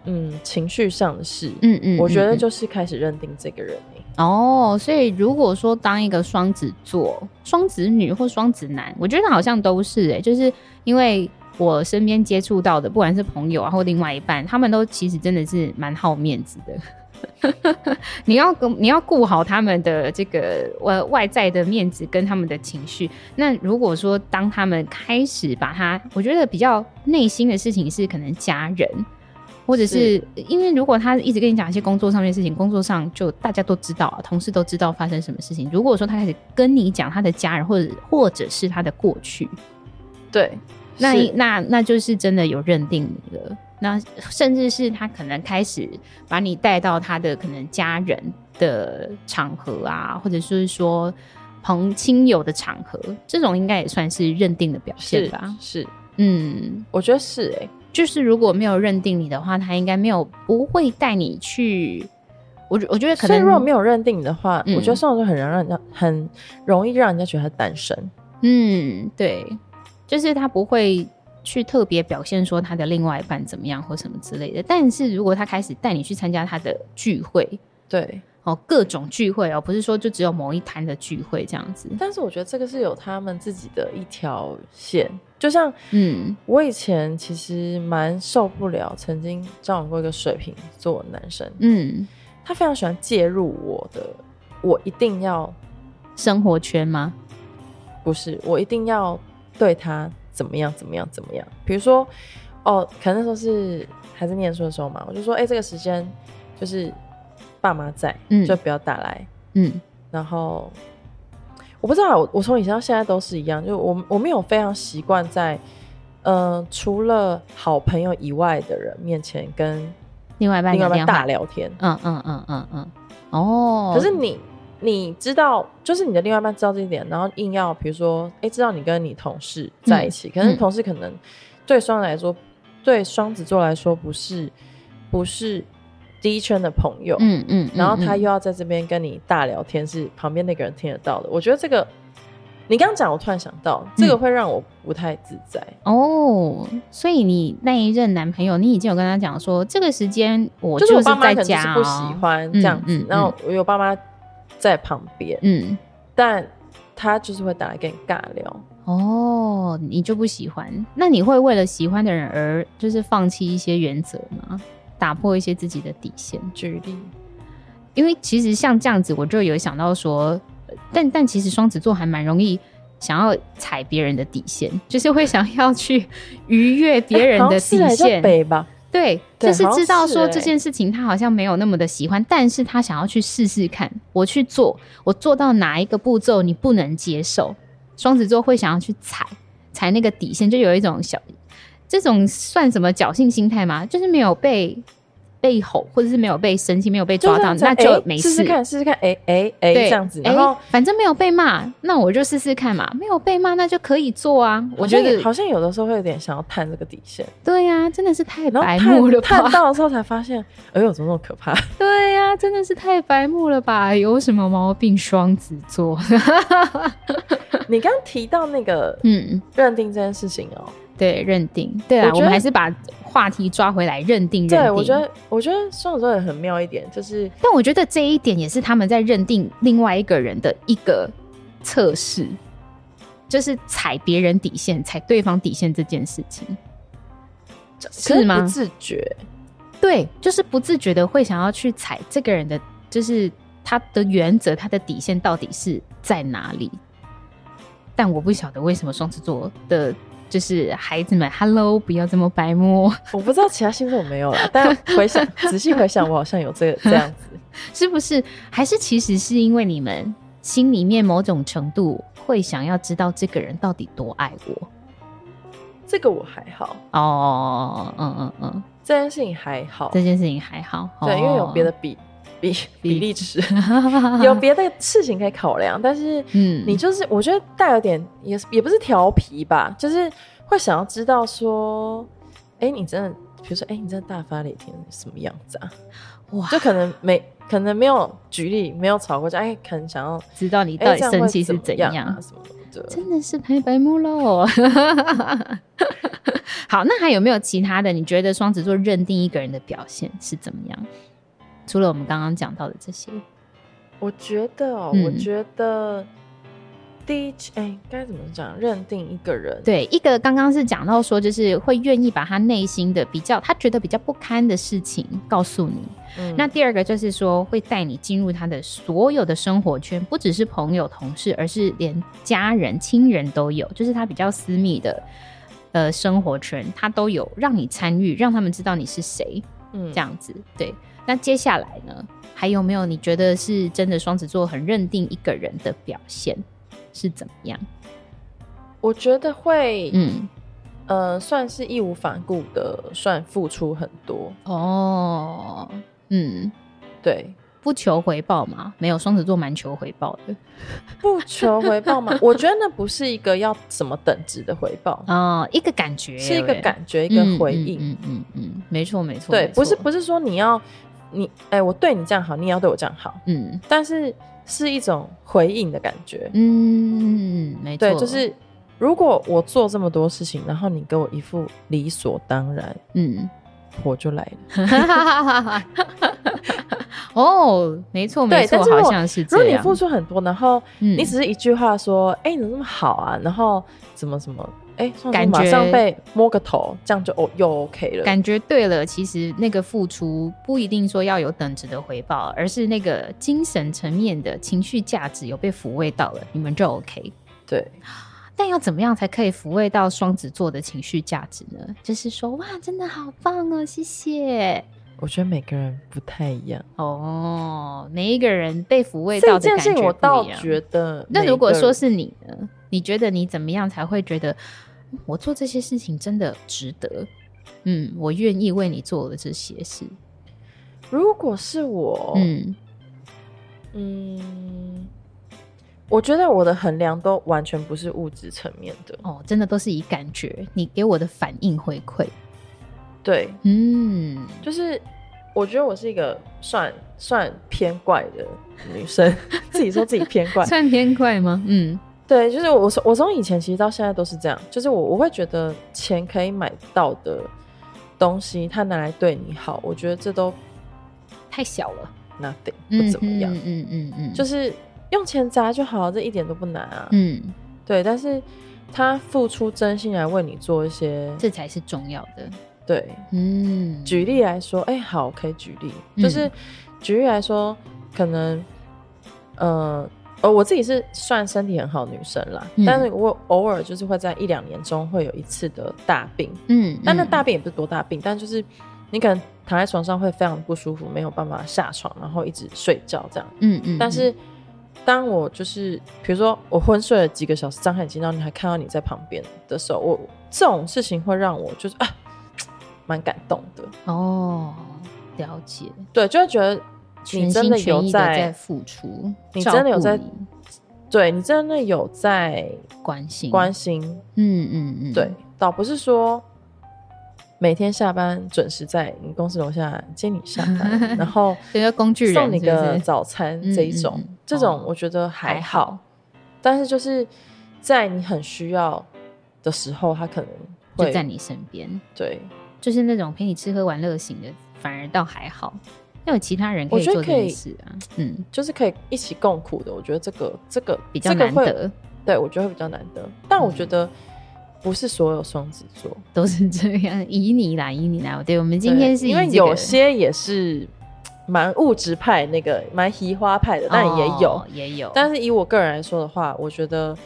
[SPEAKER 2] 嗯情绪上的事，
[SPEAKER 1] 嗯嗯，
[SPEAKER 2] 我觉
[SPEAKER 1] 嗯
[SPEAKER 2] 得
[SPEAKER 1] 嗯
[SPEAKER 2] 就是开始认定这个人、欸
[SPEAKER 1] 哦，所以如果说当一个双子座、双子女或双子男，我觉得好像都是哎、就是因为我身边接触到的，不管是朋友啊或另外一半，他们都其实真的是蛮好面子的。你要跟你要顾好他们的这个呃外在的面子跟他们的情绪。那如果说当他们开始把他，我觉得比较内心的事情是可能家人，或者是因为如果他一直跟你讲一些工作上面的事情，工作上就大家都知道，同事都知道发生什么事情。如果说他开始跟你讲他的家人，或者或者是他的过去，
[SPEAKER 2] 对，
[SPEAKER 1] 那
[SPEAKER 2] 是
[SPEAKER 1] 那那就是真的有认定你了。那甚至是他可能开始把你带到他的可能家人的场合啊，或者是说朋亲友的场合，这种应该也算是认定的表现
[SPEAKER 2] 是
[SPEAKER 1] 吧？
[SPEAKER 2] 是，
[SPEAKER 1] 嗯，
[SPEAKER 2] 我觉得是哎、
[SPEAKER 1] 就是如果没有认定你的话，他应该没有不会带你去。我觉我觉得可
[SPEAKER 2] 所以
[SPEAKER 1] 能
[SPEAKER 2] 如果没有认定的话，
[SPEAKER 1] 嗯
[SPEAKER 2] 我觉得宋总很容易让人家很容易让人家觉得他单身，
[SPEAKER 1] 嗯，对，就是他不会去特别表现说他的另外一半怎么样或什么之类的。但是如果他开始带你去参加他的聚会，
[SPEAKER 2] 对。
[SPEAKER 1] 哦，各种聚会哦，不是说就只有某一摊的聚会这样子。
[SPEAKER 2] 但是我觉得这个是有他们自己的一条线，就像
[SPEAKER 1] 嗯，
[SPEAKER 2] 我以前其实蛮受不了，曾经交往过一个水瓶座的男生，
[SPEAKER 1] 嗯，
[SPEAKER 2] 他非常喜欢介入我的，我一定要
[SPEAKER 1] 生活圈吗？
[SPEAKER 2] 不是，我一定要对他怎么样怎么样怎么样。比如说，哦，可能那时候是还是念书的时候嘛，我就说，哎、这个时间就是爸妈在，
[SPEAKER 1] 嗯
[SPEAKER 2] 就不要打来，
[SPEAKER 1] 嗯
[SPEAKER 2] 然后我不知道啊，我我从以前到现在都是一样，就我我没有非常习惯在，呃，除了好朋友以外的人面前跟
[SPEAKER 1] 另外一半
[SPEAKER 2] 另外
[SPEAKER 1] 打
[SPEAKER 2] 一半
[SPEAKER 1] 电
[SPEAKER 2] 大
[SPEAKER 1] 话。
[SPEAKER 2] 聊天。
[SPEAKER 1] 嗯嗯嗯嗯嗯。哦，
[SPEAKER 2] 可是你你知道，就是你的另外一半知道这一点，然后硬要比如说，哎、知道你跟你同事在一起，可是
[SPEAKER 1] 嗯
[SPEAKER 2] 同事可能对双来说，对双子座来说不是不是第一圈的朋友，
[SPEAKER 1] 嗯，嗯嗯，
[SPEAKER 2] 然后他
[SPEAKER 1] 嗯
[SPEAKER 2] 又要在这边跟你大聊天，是旁边那个人听得到的。我觉得这个，你刚刚讲，我突然想到，
[SPEAKER 1] 嗯
[SPEAKER 2] 这个会让我不太自在。
[SPEAKER 1] 哦，所以你那一任男朋友，你已经有跟他讲说，这个时间我
[SPEAKER 2] 就是我爸妈
[SPEAKER 1] 在
[SPEAKER 2] 可能就
[SPEAKER 1] 家、
[SPEAKER 2] 是
[SPEAKER 1] 哦、
[SPEAKER 2] 不喜欢这样子，
[SPEAKER 1] 嗯嗯嗯
[SPEAKER 2] 然后我有爸妈在旁边，
[SPEAKER 1] 嗯，
[SPEAKER 2] 但他就是会打来跟你尬聊。
[SPEAKER 1] 哦，你就不喜欢，那你会为了喜欢的人而就是放弃一些原则吗？打破一些自己的底线？
[SPEAKER 2] 举例，
[SPEAKER 1] 因为其实像这样子，我就有想到说，呃但但其实双子座还蛮容易想要踩别人的底线，就是会想要去 逾越别人的底
[SPEAKER 2] 哎好像是哎
[SPEAKER 1] 线
[SPEAKER 2] 叫。北吧，
[SPEAKER 1] 对，
[SPEAKER 2] 对
[SPEAKER 1] 就是知道说
[SPEAKER 2] 好像是欸
[SPEAKER 1] 这件事情他好像没有那么的喜欢，但是他想要去试试看，我去做，我做到哪一个步骤你不能接受，双子座会想要去踩踩那个底线，就有一种小这种算什么侥幸心态吗？就是没有被被吼，或者是没有被生气，没有被抓到，
[SPEAKER 2] 是这
[SPEAKER 1] 那
[SPEAKER 2] 样
[SPEAKER 1] 就
[SPEAKER 2] 哎
[SPEAKER 1] 没
[SPEAKER 2] 试
[SPEAKER 1] 事
[SPEAKER 2] 试。看，试试看，哎哎哎，
[SPEAKER 1] 对，
[SPEAKER 2] 这样子，
[SPEAKER 1] 哎
[SPEAKER 2] 然后。
[SPEAKER 1] 反正没有被骂，那我就试试看嘛。没有被骂，那就可以做啊。我
[SPEAKER 2] 好
[SPEAKER 1] 觉
[SPEAKER 2] 像
[SPEAKER 1] 得
[SPEAKER 2] 也好像有的时候会有点想要探这个底线，
[SPEAKER 1] 对呀、真的是太
[SPEAKER 2] 然后
[SPEAKER 1] 白目了
[SPEAKER 2] 探
[SPEAKER 1] 吧？
[SPEAKER 2] 探到的时候才发现，哎呦，怎么那么可怕？
[SPEAKER 1] 对呀、真的是太白目了吧？有什么毛病？双子座，
[SPEAKER 2] 你刚提到那个
[SPEAKER 1] 嗯，
[SPEAKER 2] 认定这件事情哦，
[SPEAKER 1] 对，认定，对啊，
[SPEAKER 2] 我觉
[SPEAKER 1] 我
[SPEAKER 2] 得
[SPEAKER 1] 们还是把话题抓回来，认定，认
[SPEAKER 2] 对
[SPEAKER 1] 定。
[SPEAKER 2] 我觉，得，我觉得双子座也很妙一点，就是
[SPEAKER 1] 但我觉得这一点也是他们在认定另外一个人的一个测试，就是踩别人底线、踩对方底线这件事情。是
[SPEAKER 2] 可不
[SPEAKER 1] 吗
[SPEAKER 2] 自觉，
[SPEAKER 1] 对，就是不自觉的会想要去踩这个人的，就是他的原则、他的底线到底是在哪里。但我不晓得为什么双子座的，就是孩子们，Hello，不要这么白 目，哦
[SPEAKER 2] 我不知道其他星座有没 有啦，但回想仔细回想，我好像有这个这样子，
[SPEAKER 1] 是不是？还是其实是因为你们心里面某种程度会想要知道这个人到底多爱我。
[SPEAKER 2] 这个我还好，
[SPEAKER 1] 哦，嗯嗯嗯，
[SPEAKER 2] 这件事情还好，
[SPEAKER 1] 这件事情哦还好。
[SPEAKER 2] 对，因为有 别的比比比例尺， 有别的事情可以考量，但是
[SPEAKER 1] 嗯
[SPEAKER 2] 你就是我觉得带有点也是也不是调皮吧，就是会想要知道说，哎、你真的，比如说，哎、你真的大发雷霆什么样子啊？
[SPEAKER 1] 哇，
[SPEAKER 2] 就可能没可能没有举例，没有吵过架，哎、可能想要
[SPEAKER 1] 知道你
[SPEAKER 2] 哎、
[SPEAKER 1] 到底
[SPEAKER 2] 这样
[SPEAKER 1] 生
[SPEAKER 2] 会
[SPEAKER 1] 气是
[SPEAKER 2] 怎
[SPEAKER 1] 怎
[SPEAKER 2] 么
[SPEAKER 1] 样。
[SPEAKER 2] 样啊什么的。
[SPEAKER 1] 真的是太白目喽。 好，那还有没有其他的？你觉得双子座认定一个人的表现是怎么样？除了我们刚刚讲到的这些，
[SPEAKER 2] 我觉得哦，
[SPEAKER 1] 嗯
[SPEAKER 2] 我觉得第一，哎，该怎么讲？认定一个人，，
[SPEAKER 1] 对，一个刚刚是讲到说，就是会愿意把他内心的比较，他觉得比较不堪的事情告诉你。
[SPEAKER 2] 嗯、
[SPEAKER 1] 那第二个就是说，会带你进入他的所有的生活圈，不只是朋友、同事，而是连家人、亲人都有，就是他比较私密的呃生活圈，他都有让你参与，让他们知道你是谁
[SPEAKER 2] 嗯
[SPEAKER 1] 这，样子。对，那接下来呢，还有没有你觉得是真的双子座很认定一个人的表现是怎么样？
[SPEAKER 2] 我觉得会，
[SPEAKER 1] 嗯，
[SPEAKER 2] 呃，算是义无反顾的，算付出很多，
[SPEAKER 1] 哦，嗯，
[SPEAKER 2] 对，
[SPEAKER 1] 不求回报嘛，没有双子座蛮求回报的
[SPEAKER 2] 不求回报嘛。 我觉得那不是一个要什么等值的回报，
[SPEAKER 1] 哦，一个感觉
[SPEAKER 2] 是一个
[SPEAKER 1] 对不对
[SPEAKER 2] 感觉，一个回应，
[SPEAKER 1] 嗯嗯嗯嗯嗯没错没错，
[SPEAKER 2] 对，
[SPEAKER 1] 没错
[SPEAKER 2] 不是不是说你要你，哎、我对你这样好，你也要对我这样好，
[SPEAKER 1] 嗯
[SPEAKER 2] 但是是一种回应的感觉，
[SPEAKER 1] 嗯，没错，
[SPEAKER 2] 对，就是如果我做这么多事情，然后你给我一副理所当然，
[SPEAKER 1] 嗯，
[SPEAKER 2] 火就来了。
[SPEAKER 1] 哦，没错
[SPEAKER 2] 对
[SPEAKER 1] 没错，
[SPEAKER 2] 但是如果
[SPEAKER 1] 好像是
[SPEAKER 2] 如果
[SPEAKER 1] 这
[SPEAKER 2] 你
[SPEAKER 1] 样，
[SPEAKER 2] 付出很多，然后
[SPEAKER 1] 嗯
[SPEAKER 2] 你只是一句话说：“哎、你怎么那么好啊？”然后怎么怎么，哎、算
[SPEAKER 1] 感
[SPEAKER 2] 是马
[SPEAKER 1] 觉
[SPEAKER 2] 上被摸个头，这样就哦又 OK 了。
[SPEAKER 1] 感觉对了，其实那个付出不一定说要有等值的回报，而是那个精神层面的情绪价值有被抚慰到了，你们就 OK。
[SPEAKER 2] 对，
[SPEAKER 1] 但要怎么样才可以抚慰到双子座的情绪价值呢？就是说，哇，真的好棒哦，谢谢。
[SPEAKER 2] 我觉得每个人不太一样。
[SPEAKER 1] 哦，每一个人被抚慰到
[SPEAKER 2] 这
[SPEAKER 1] 的
[SPEAKER 2] 件
[SPEAKER 1] 感
[SPEAKER 2] 事
[SPEAKER 1] 觉
[SPEAKER 2] 情我
[SPEAKER 1] 不
[SPEAKER 2] 倒
[SPEAKER 1] 一样。
[SPEAKER 2] 觉得每一个人，
[SPEAKER 1] 那如果说是你呢？你觉得你怎么样才会觉得嗯我做这些事情真的值得？嗯，我愿意为你做的这些事。
[SPEAKER 2] 如果是我，嗯
[SPEAKER 1] 嗯
[SPEAKER 2] 我觉得我的衡量都完全不是物质层面的。
[SPEAKER 1] 哦，真的都是以感觉，你给我的反应回馈。
[SPEAKER 2] 对，
[SPEAKER 1] 嗯，
[SPEAKER 2] 就是我觉得我是一个算算偏怪的女生， 自己说自己偏怪。
[SPEAKER 1] 算偏快吗？嗯
[SPEAKER 2] 对，就是我从我从以前其实到现在都是这样，就是我我会觉得钱可以买到的东西，他拿来对你好，我觉得这都
[SPEAKER 1] 太小了，
[SPEAKER 2] nothing
[SPEAKER 1] 嗯
[SPEAKER 2] 不怎么样，
[SPEAKER 1] 嗯嗯嗯嗯，
[SPEAKER 2] 就是是用钱砸就好，这一点都不难啊。
[SPEAKER 1] 嗯，
[SPEAKER 2] 对，但是他付出真心来为你做一些，
[SPEAKER 1] 这才是重要的。
[SPEAKER 2] 对，
[SPEAKER 1] 嗯，
[SPEAKER 2] 举例来说，哎、好，可以举例，
[SPEAKER 1] 嗯
[SPEAKER 2] 就是举例来说，可能，呃，呃，我自己是算身体很好的女生啦，
[SPEAKER 1] 嗯
[SPEAKER 2] 但是我偶尔就是会在一两年中会有一次的大病，
[SPEAKER 1] 嗯，嗯，
[SPEAKER 2] 但那大病也不是多大病，但就是你可能躺在床上会非常不舒服，没有办法下床，然后一直睡觉这样。
[SPEAKER 1] 嗯，嗯嗯，
[SPEAKER 2] 但是当我就是比如说我昏睡了几个小时，张开眼睛，然后你还看到你在旁边的时候，我这种事情会让我就是啊，蛮感动的。
[SPEAKER 1] 哦，了解。
[SPEAKER 2] 对，就会觉得
[SPEAKER 1] 全
[SPEAKER 2] 你真
[SPEAKER 1] 心
[SPEAKER 2] 的有
[SPEAKER 1] 全意的
[SPEAKER 2] 在，
[SPEAKER 1] 在付出，
[SPEAKER 2] 你
[SPEAKER 1] 照
[SPEAKER 2] 真的有
[SPEAKER 1] 顾
[SPEAKER 2] 在
[SPEAKER 1] 你
[SPEAKER 2] 对你真的有在
[SPEAKER 1] 关心
[SPEAKER 2] 关，心，
[SPEAKER 1] 嗯嗯嗯，
[SPEAKER 2] 对，倒不是说每天下班准时在你公司楼下接你下班，然后
[SPEAKER 1] 所以说工具人
[SPEAKER 2] 送你
[SPEAKER 1] 是不
[SPEAKER 2] 个
[SPEAKER 1] 是
[SPEAKER 2] 早餐
[SPEAKER 1] 嗯
[SPEAKER 2] 这一
[SPEAKER 1] 嗯
[SPEAKER 2] 种，
[SPEAKER 1] 嗯
[SPEAKER 2] 这种
[SPEAKER 1] 哦
[SPEAKER 2] 我觉得还
[SPEAKER 1] 还
[SPEAKER 2] 好，
[SPEAKER 1] 好
[SPEAKER 2] 但是就是在你很需要的时候，他可能
[SPEAKER 1] 就
[SPEAKER 2] 会
[SPEAKER 1] 在你身边，
[SPEAKER 2] 对，
[SPEAKER 1] 就是那种陪你吃喝玩乐型的，反而倒还好。要有其他人可
[SPEAKER 2] 我
[SPEAKER 1] 以
[SPEAKER 2] 觉得
[SPEAKER 1] 做这
[SPEAKER 2] 可
[SPEAKER 1] 件
[SPEAKER 2] 以
[SPEAKER 1] 事啊，嗯，
[SPEAKER 2] 就是可以一起共苦的，我觉得这个这个
[SPEAKER 1] 比较
[SPEAKER 2] 这个
[SPEAKER 1] 难
[SPEAKER 2] 会
[SPEAKER 1] 得，
[SPEAKER 2] 对我觉得会比较难得，但我
[SPEAKER 1] 嗯
[SPEAKER 2] 觉得不是所有双子座，
[SPEAKER 1] 都是这样。以你啦，以你啦，对，我们今天
[SPEAKER 2] 对
[SPEAKER 1] 是以
[SPEAKER 2] 因为
[SPEAKER 1] 这
[SPEAKER 2] 有
[SPEAKER 1] 个
[SPEAKER 2] 些也是蛮物质派，那个蛮移花派的，但也有。
[SPEAKER 1] 哦也有，
[SPEAKER 2] 但是以我个人来说的话，我觉得，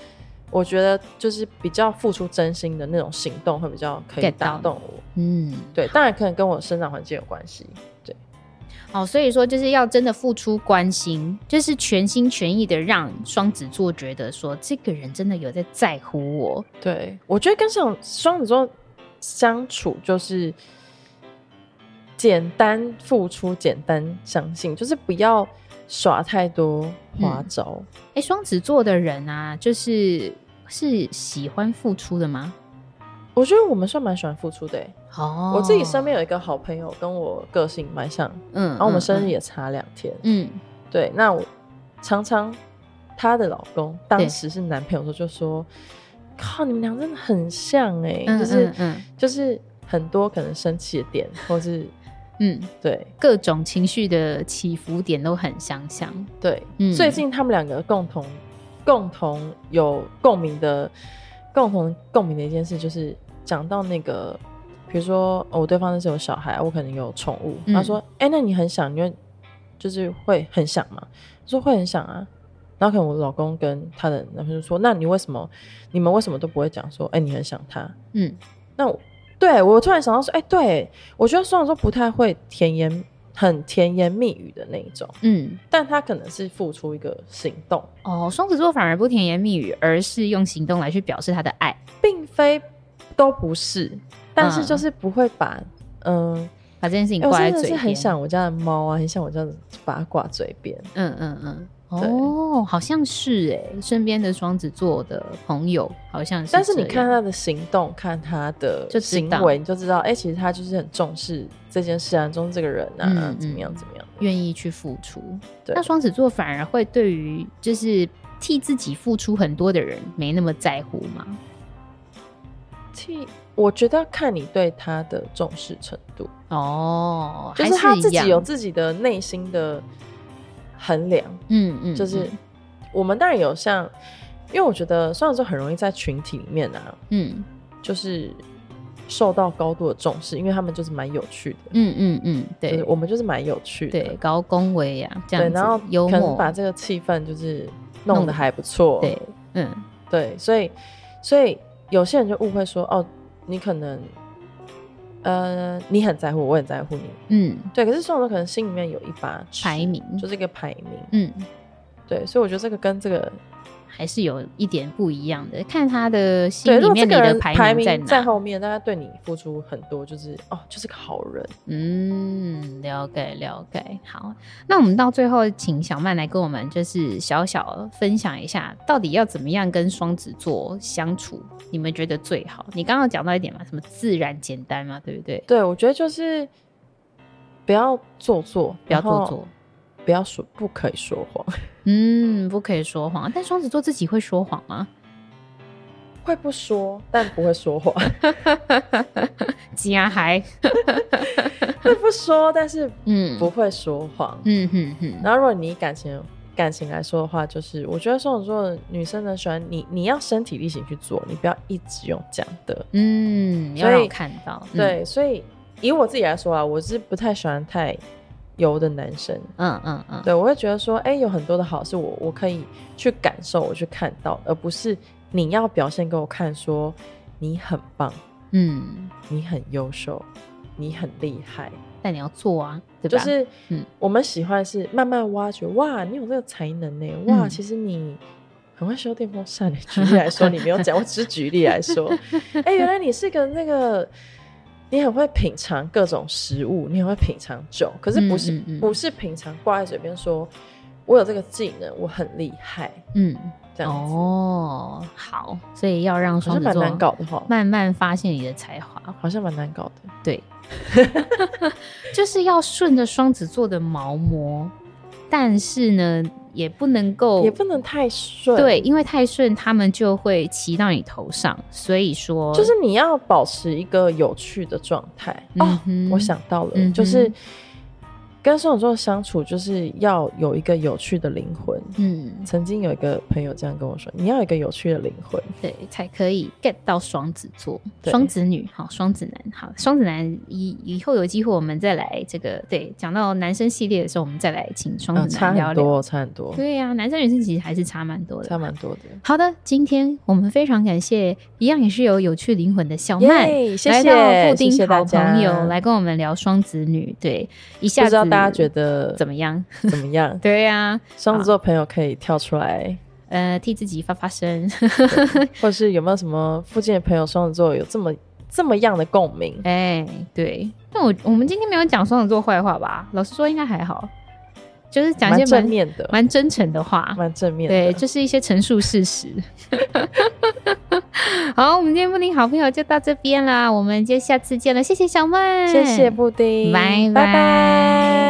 [SPEAKER 2] 我觉得就是比较付出真心的那种行动会比较可以
[SPEAKER 1] Get
[SPEAKER 2] 打
[SPEAKER 1] 到
[SPEAKER 2] 动我。
[SPEAKER 1] 嗯，
[SPEAKER 2] 对，当然可能跟我生长环境有关系。
[SPEAKER 1] 哦，所以说就是要真的付出关心，就是全心全意的让双子座觉得说这个人真的有在在乎我。
[SPEAKER 2] 对，我觉得跟像双子座相处就是简单付出，简单相信，就是不要耍太多花招。
[SPEAKER 1] 哎，双子座的人啊，就是是喜欢付出的吗？
[SPEAKER 2] 我觉得我们算蛮喜欢付出的、欸。
[SPEAKER 1] 哦
[SPEAKER 2] 我自己身边有一个好朋友，跟我个性蛮像，
[SPEAKER 1] 嗯，
[SPEAKER 2] 然后我们生
[SPEAKER 1] 嗯
[SPEAKER 2] 日也差两天。
[SPEAKER 1] 嗯，
[SPEAKER 2] 对，那我常常她的老公
[SPEAKER 1] 对
[SPEAKER 2] 当时是男朋友的时候就说：“靠，你们俩真的很像哎、
[SPEAKER 1] 嗯
[SPEAKER 2] 就是、
[SPEAKER 1] 嗯
[SPEAKER 2] 就是很多可能生气的点，或是
[SPEAKER 1] 嗯嗯，
[SPEAKER 2] 对
[SPEAKER 1] 各种情绪的起伏点都很相像。
[SPEAKER 2] 对、
[SPEAKER 1] 嗯
[SPEAKER 2] 最近他们两个共同共同有共鸣的共同共鸣的一件事，就是讲到那个。”比如说，哦，对方那是有小孩，我可能有宠物。
[SPEAKER 1] 嗯
[SPEAKER 2] 他说：“哎、那你很想，你会就是会很想吗？”我说：“会很想啊。”然后可能我老公跟他的男朋友说：“那你为什么你们为什么都不会讲说，哎、你很想他？”
[SPEAKER 1] 嗯，
[SPEAKER 2] 那我对我突然想到说，哎、对我觉得双子座不太会甜言，很甜言蜜语的那一种，
[SPEAKER 1] 嗯，
[SPEAKER 2] 但他可能是付出一个行动，
[SPEAKER 1] 哦，双子座反而不甜言蜜语，而是用行动来去表示他的爱。
[SPEAKER 2] 并非都不是，但是
[SPEAKER 1] 嗯
[SPEAKER 2] 就是不会把嗯，
[SPEAKER 1] 把这件事情
[SPEAKER 2] 哎我
[SPEAKER 1] 挂在
[SPEAKER 2] 真的
[SPEAKER 1] 嘴
[SPEAKER 2] 是
[SPEAKER 1] 边，
[SPEAKER 2] 很想我家的猫啊，很想我这样子把它挂嘴边。
[SPEAKER 1] 嗯嗯嗯，
[SPEAKER 2] 对
[SPEAKER 1] 哦，好像是哎、身边的双子座的朋友好像是这
[SPEAKER 2] 但
[SPEAKER 1] 样，
[SPEAKER 2] 是你看他的行动，看他的
[SPEAKER 1] 就知
[SPEAKER 2] 行
[SPEAKER 1] 道
[SPEAKER 2] 为，你就知道，哎、其实他就是很重视这件事啊，重视这个人啊，
[SPEAKER 1] 嗯
[SPEAKER 2] 怎么
[SPEAKER 1] 嗯
[SPEAKER 2] 样怎么样。
[SPEAKER 1] 愿意去付出，
[SPEAKER 2] 对
[SPEAKER 1] 那双子座反而会对于就是替自己付出很多的人没那么在乎吗？
[SPEAKER 2] 替我觉得要看你对他的重视程度，
[SPEAKER 1] 哦，
[SPEAKER 2] 就
[SPEAKER 1] 还
[SPEAKER 2] 是
[SPEAKER 1] 是
[SPEAKER 2] 他自
[SPEAKER 1] 一样
[SPEAKER 2] 己有自己的内心的衡量。
[SPEAKER 1] 嗯嗯，
[SPEAKER 2] 就是我们当然有像，因为我觉得双子座很容易在群体里面啊，
[SPEAKER 1] 嗯
[SPEAKER 2] 就是受到高度的重视，因为他们就是蛮有趣的，
[SPEAKER 1] 嗯嗯嗯，
[SPEAKER 2] 就是
[SPEAKER 1] 对
[SPEAKER 2] 我们就是蛮有趣的，
[SPEAKER 1] 对，高恭维呀，这样
[SPEAKER 2] 对，
[SPEAKER 1] 子，
[SPEAKER 2] 然后
[SPEAKER 1] 幽
[SPEAKER 2] 可能
[SPEAKER 1] 默，
[SPEAKER 2] 把这个气氛就是
[SPEAKER 1] 弄
[SPEAKER 2] 弄
[SPEAKER 1] 得
[SPEAKER 2] 得还不错，
[SPEAKER 1] 对，嗯
[SPEAKER 2] 对，所以所以有些人就误会说，哦，你可能。呃，你很在乎我，我很在乎你，
[SPEAKER 1] 嗯，
[SPEAKER 2] 对，可是双子座可能心里面有一把尺
[SPEAKER 1] 排，名，
[SPEAKER 2] 就是一个排名。
[SPEAKER 1] 嗯。
[SPEAKER 2] 对，所以我觉得这个跟这个
[SPEAKER 1] 还是有一点不一样的，看他的心
[SPEAKER 2] 对，如
[SPEAKER 1] 里
[SPEAKER 2] 果
[SPEAKER 1] 面
[SPEAKER 2] 这
[SPEAKER 1] 你
[SPEAKER 2] 个
[SPEAKER 1] 的
[SPEAKER 2] 人
[SPEAKER 1] 排名在
[SPEAKER 2] 名
[SPEAKER 1] 哪。
[SPEAKER 2] 在后面，大家对你付出很多，就是哦，就是个好人。
[SPEAKER 1] 嗯，了解了解。好，那我们到最后请小曼来跟我们就是小小分享一下，到底要怎么样跟双子座相处，你们觉得最好？你刚刚有讲到一点嘛，什么自然简单嘛，对不对？
[SPEAKER 2] 对，我觉得就是不要做作，
[SPEAKER 1] 不要
[SPEAKER 2] 然
[SPEAKER 1] 做
[SPEAKER 2] 后
[SPEAKER 1] 作，
[SPEAKER 2] 不要说不可以说谎，
[SPEAKER 1] 嗯，不可以说谎。但双子座自己会说谎吗？
[SPEAKER 2] 会不说，但不会说谎，
[SPEAKER 1] 家还，
[SPEAKER 2] 会不说，但是
[SPEAKER 1] 嗯，
[SPEAKER 2] 不会说谎。
[SPEAKER 1] 嗯哼哼，
[SPEAKER 2] 然后如果你以感情感情来说的话，就是我觉得双子座的女生呢，喜欢你，你要身体力行去做，你不要一直用讲的。
[SPEAKER 1] 嗯，要
[SPEAKER 2] 所
[SPEAKER 1] 让
[SPEAKER 2] 以
[SPEAKER 1] 我看到，嗯，
[SPEAKER 2] 对，所以以我自己来说啊，我是不太喜欢太油的男生。
[SPEAKER 1] 嗯嗯嗯，
[SPEAKER 2] 对，我会觉得说，哎、有很多的好是我我可以去感受，我去看到，而不是你要表现给我看说你很棒，
[SPEAKER 1] 嗯，
[SPEAKER 2] 你很优秀，你很厉害。
[SPEAKER 1] 但你要做啊，对吧？
[SPEAKER 2] 就是
[SPEAKER 1] 嗯
[SPEAKER 2] 我们喜欢是慢慢挖掘，哇，你有这个才能呢、哇，
[SPEAKER 1] 嗯
[SPEAKER 2] 其实你。很会修电风扇的，举例来说，你没有讲，我只是举例 来说。哎、原来你是个那个，你很会品尝各种食物，你很会品尝酒，可是不是、
[SPEAKER 1] 嗯嗯嗯
[SPEAKER 2] 不是品尝挂在嘴边说，我有这个技能，我很厉害
[SPEAKER 1] 嗯。
[SPEAKER 2] 这样子，
[SPEAKER 1] 哦，好，所以要让
[SPEAKER 2] 好
[SPEAKER 1] 双
[SPEAKER 2] 像
[SPEAKER 1] 子
[SPEAKER 2] 蛮
[SPEAKER 1] 座
[SPEAKER 2] 难搞的哈，
[SPEAKER 1] 慢慢发现你的才华，
[SPEAKER 2] 好像蛮难搞的。
[SPEAKER 1] 对， 就是要顺着双子座的毛模，但是呢，也不能够
[SPEAKER 2] 也不能太顺，
[SPEAKER 1] 对，，因为太顺，他们就会骑到你头上，所以说
[SPEAKER 2] 就是你要保持一个有趣的状态。哦
[SPEAKER 1] 嗯哼，
[SPEAKER 2] 我想到了，
[SPEAKER 1] 嗯哼
[SPEAKER 2] 就是跟双子座相处，就是要有一个有趣的灵魂。
[SPEAKER 1] 嗯，
[SPEAKER 2] 曾经有一个朋友这样跟我说：“你要有一个有趣的灵魂。
[SPEAKER 1] 对，才可以 get 到双子座、
[SPEAKER 2] 对
[SPEAKER 1] 双子女，好，双子男，好，双子男以以后有机会我们再来这个，对，讲到男生系列的时候，我们再来请”
[SPEAKER 2] 啊，
[SPEAKER 1] 双子
[SPEAKER 2] 差
[SPEAKER 1] 男嗯聊
[SPEAKER 2] 很
[SPEAKER 1] 聊。
[SPEAKER 2] 多，差很多，
[SPEAKER 1] 对呀、男生女生其实还是差蛮多的。
[SPEAKER 2] 差蛮多的。
[SPEAKER 1] 好的，今天我们非常感谢一样也是有有趣灵魂的小曼。
[SPEAKER 2] 耶谢
[SPEAKER 1] 来
[SPEAKER 2] 谢
[SPEAKER 1] 到布丁
[SPEAKER 2] 谢谢
[SPEAKER 1] 好
[SPEAKER 2] 大家
[SPEAKER 1] 朋友来跟我们聊双子女，对，一下
[SPEAKER 2] 不知
[SPEAKER 1] 子
[SPEAKER 2] 道大大家觉得
[SPEAKER 1] 怎么样？？
[SPEAKER 2] 怎么样
[SPEAKER 1] 对呀、
[SPEAKER 2] 双子座朋友可以跳出来，
[SPEAKER 1] 呃，替自己发发声。
[SPEAKER 2] 或者是有没有什么附近的朋友双子座有这么这么样的共鸣？
[SPEAKER 1] 哎，对，那我我们今天没有讲双子座坏话吧？老实说，应该还好，就是讲一
[SPEAKER 2] 蛮
[SPEAKER 1] 些
[SPEAKER 2] 正
[SPEAKER 1] 蛮
[SPEAKER 2] 面的，
[SPEAKER 1] 蛮真诚的话。
[SPEAKER 2] 蛮正面
[SPEAKER 1] 对，
[SPEAKER 2] 的。
[SPEAKER 1] 就是一些陈述事实。 好，我们今天布丁好朋友就到这边啦，我们就下次见了，谢谢小曼，
[SPEAKER 2] 谢谢布丁，
[SPEAKER 1] 拜拜
[SPEAKER 2] 拜拜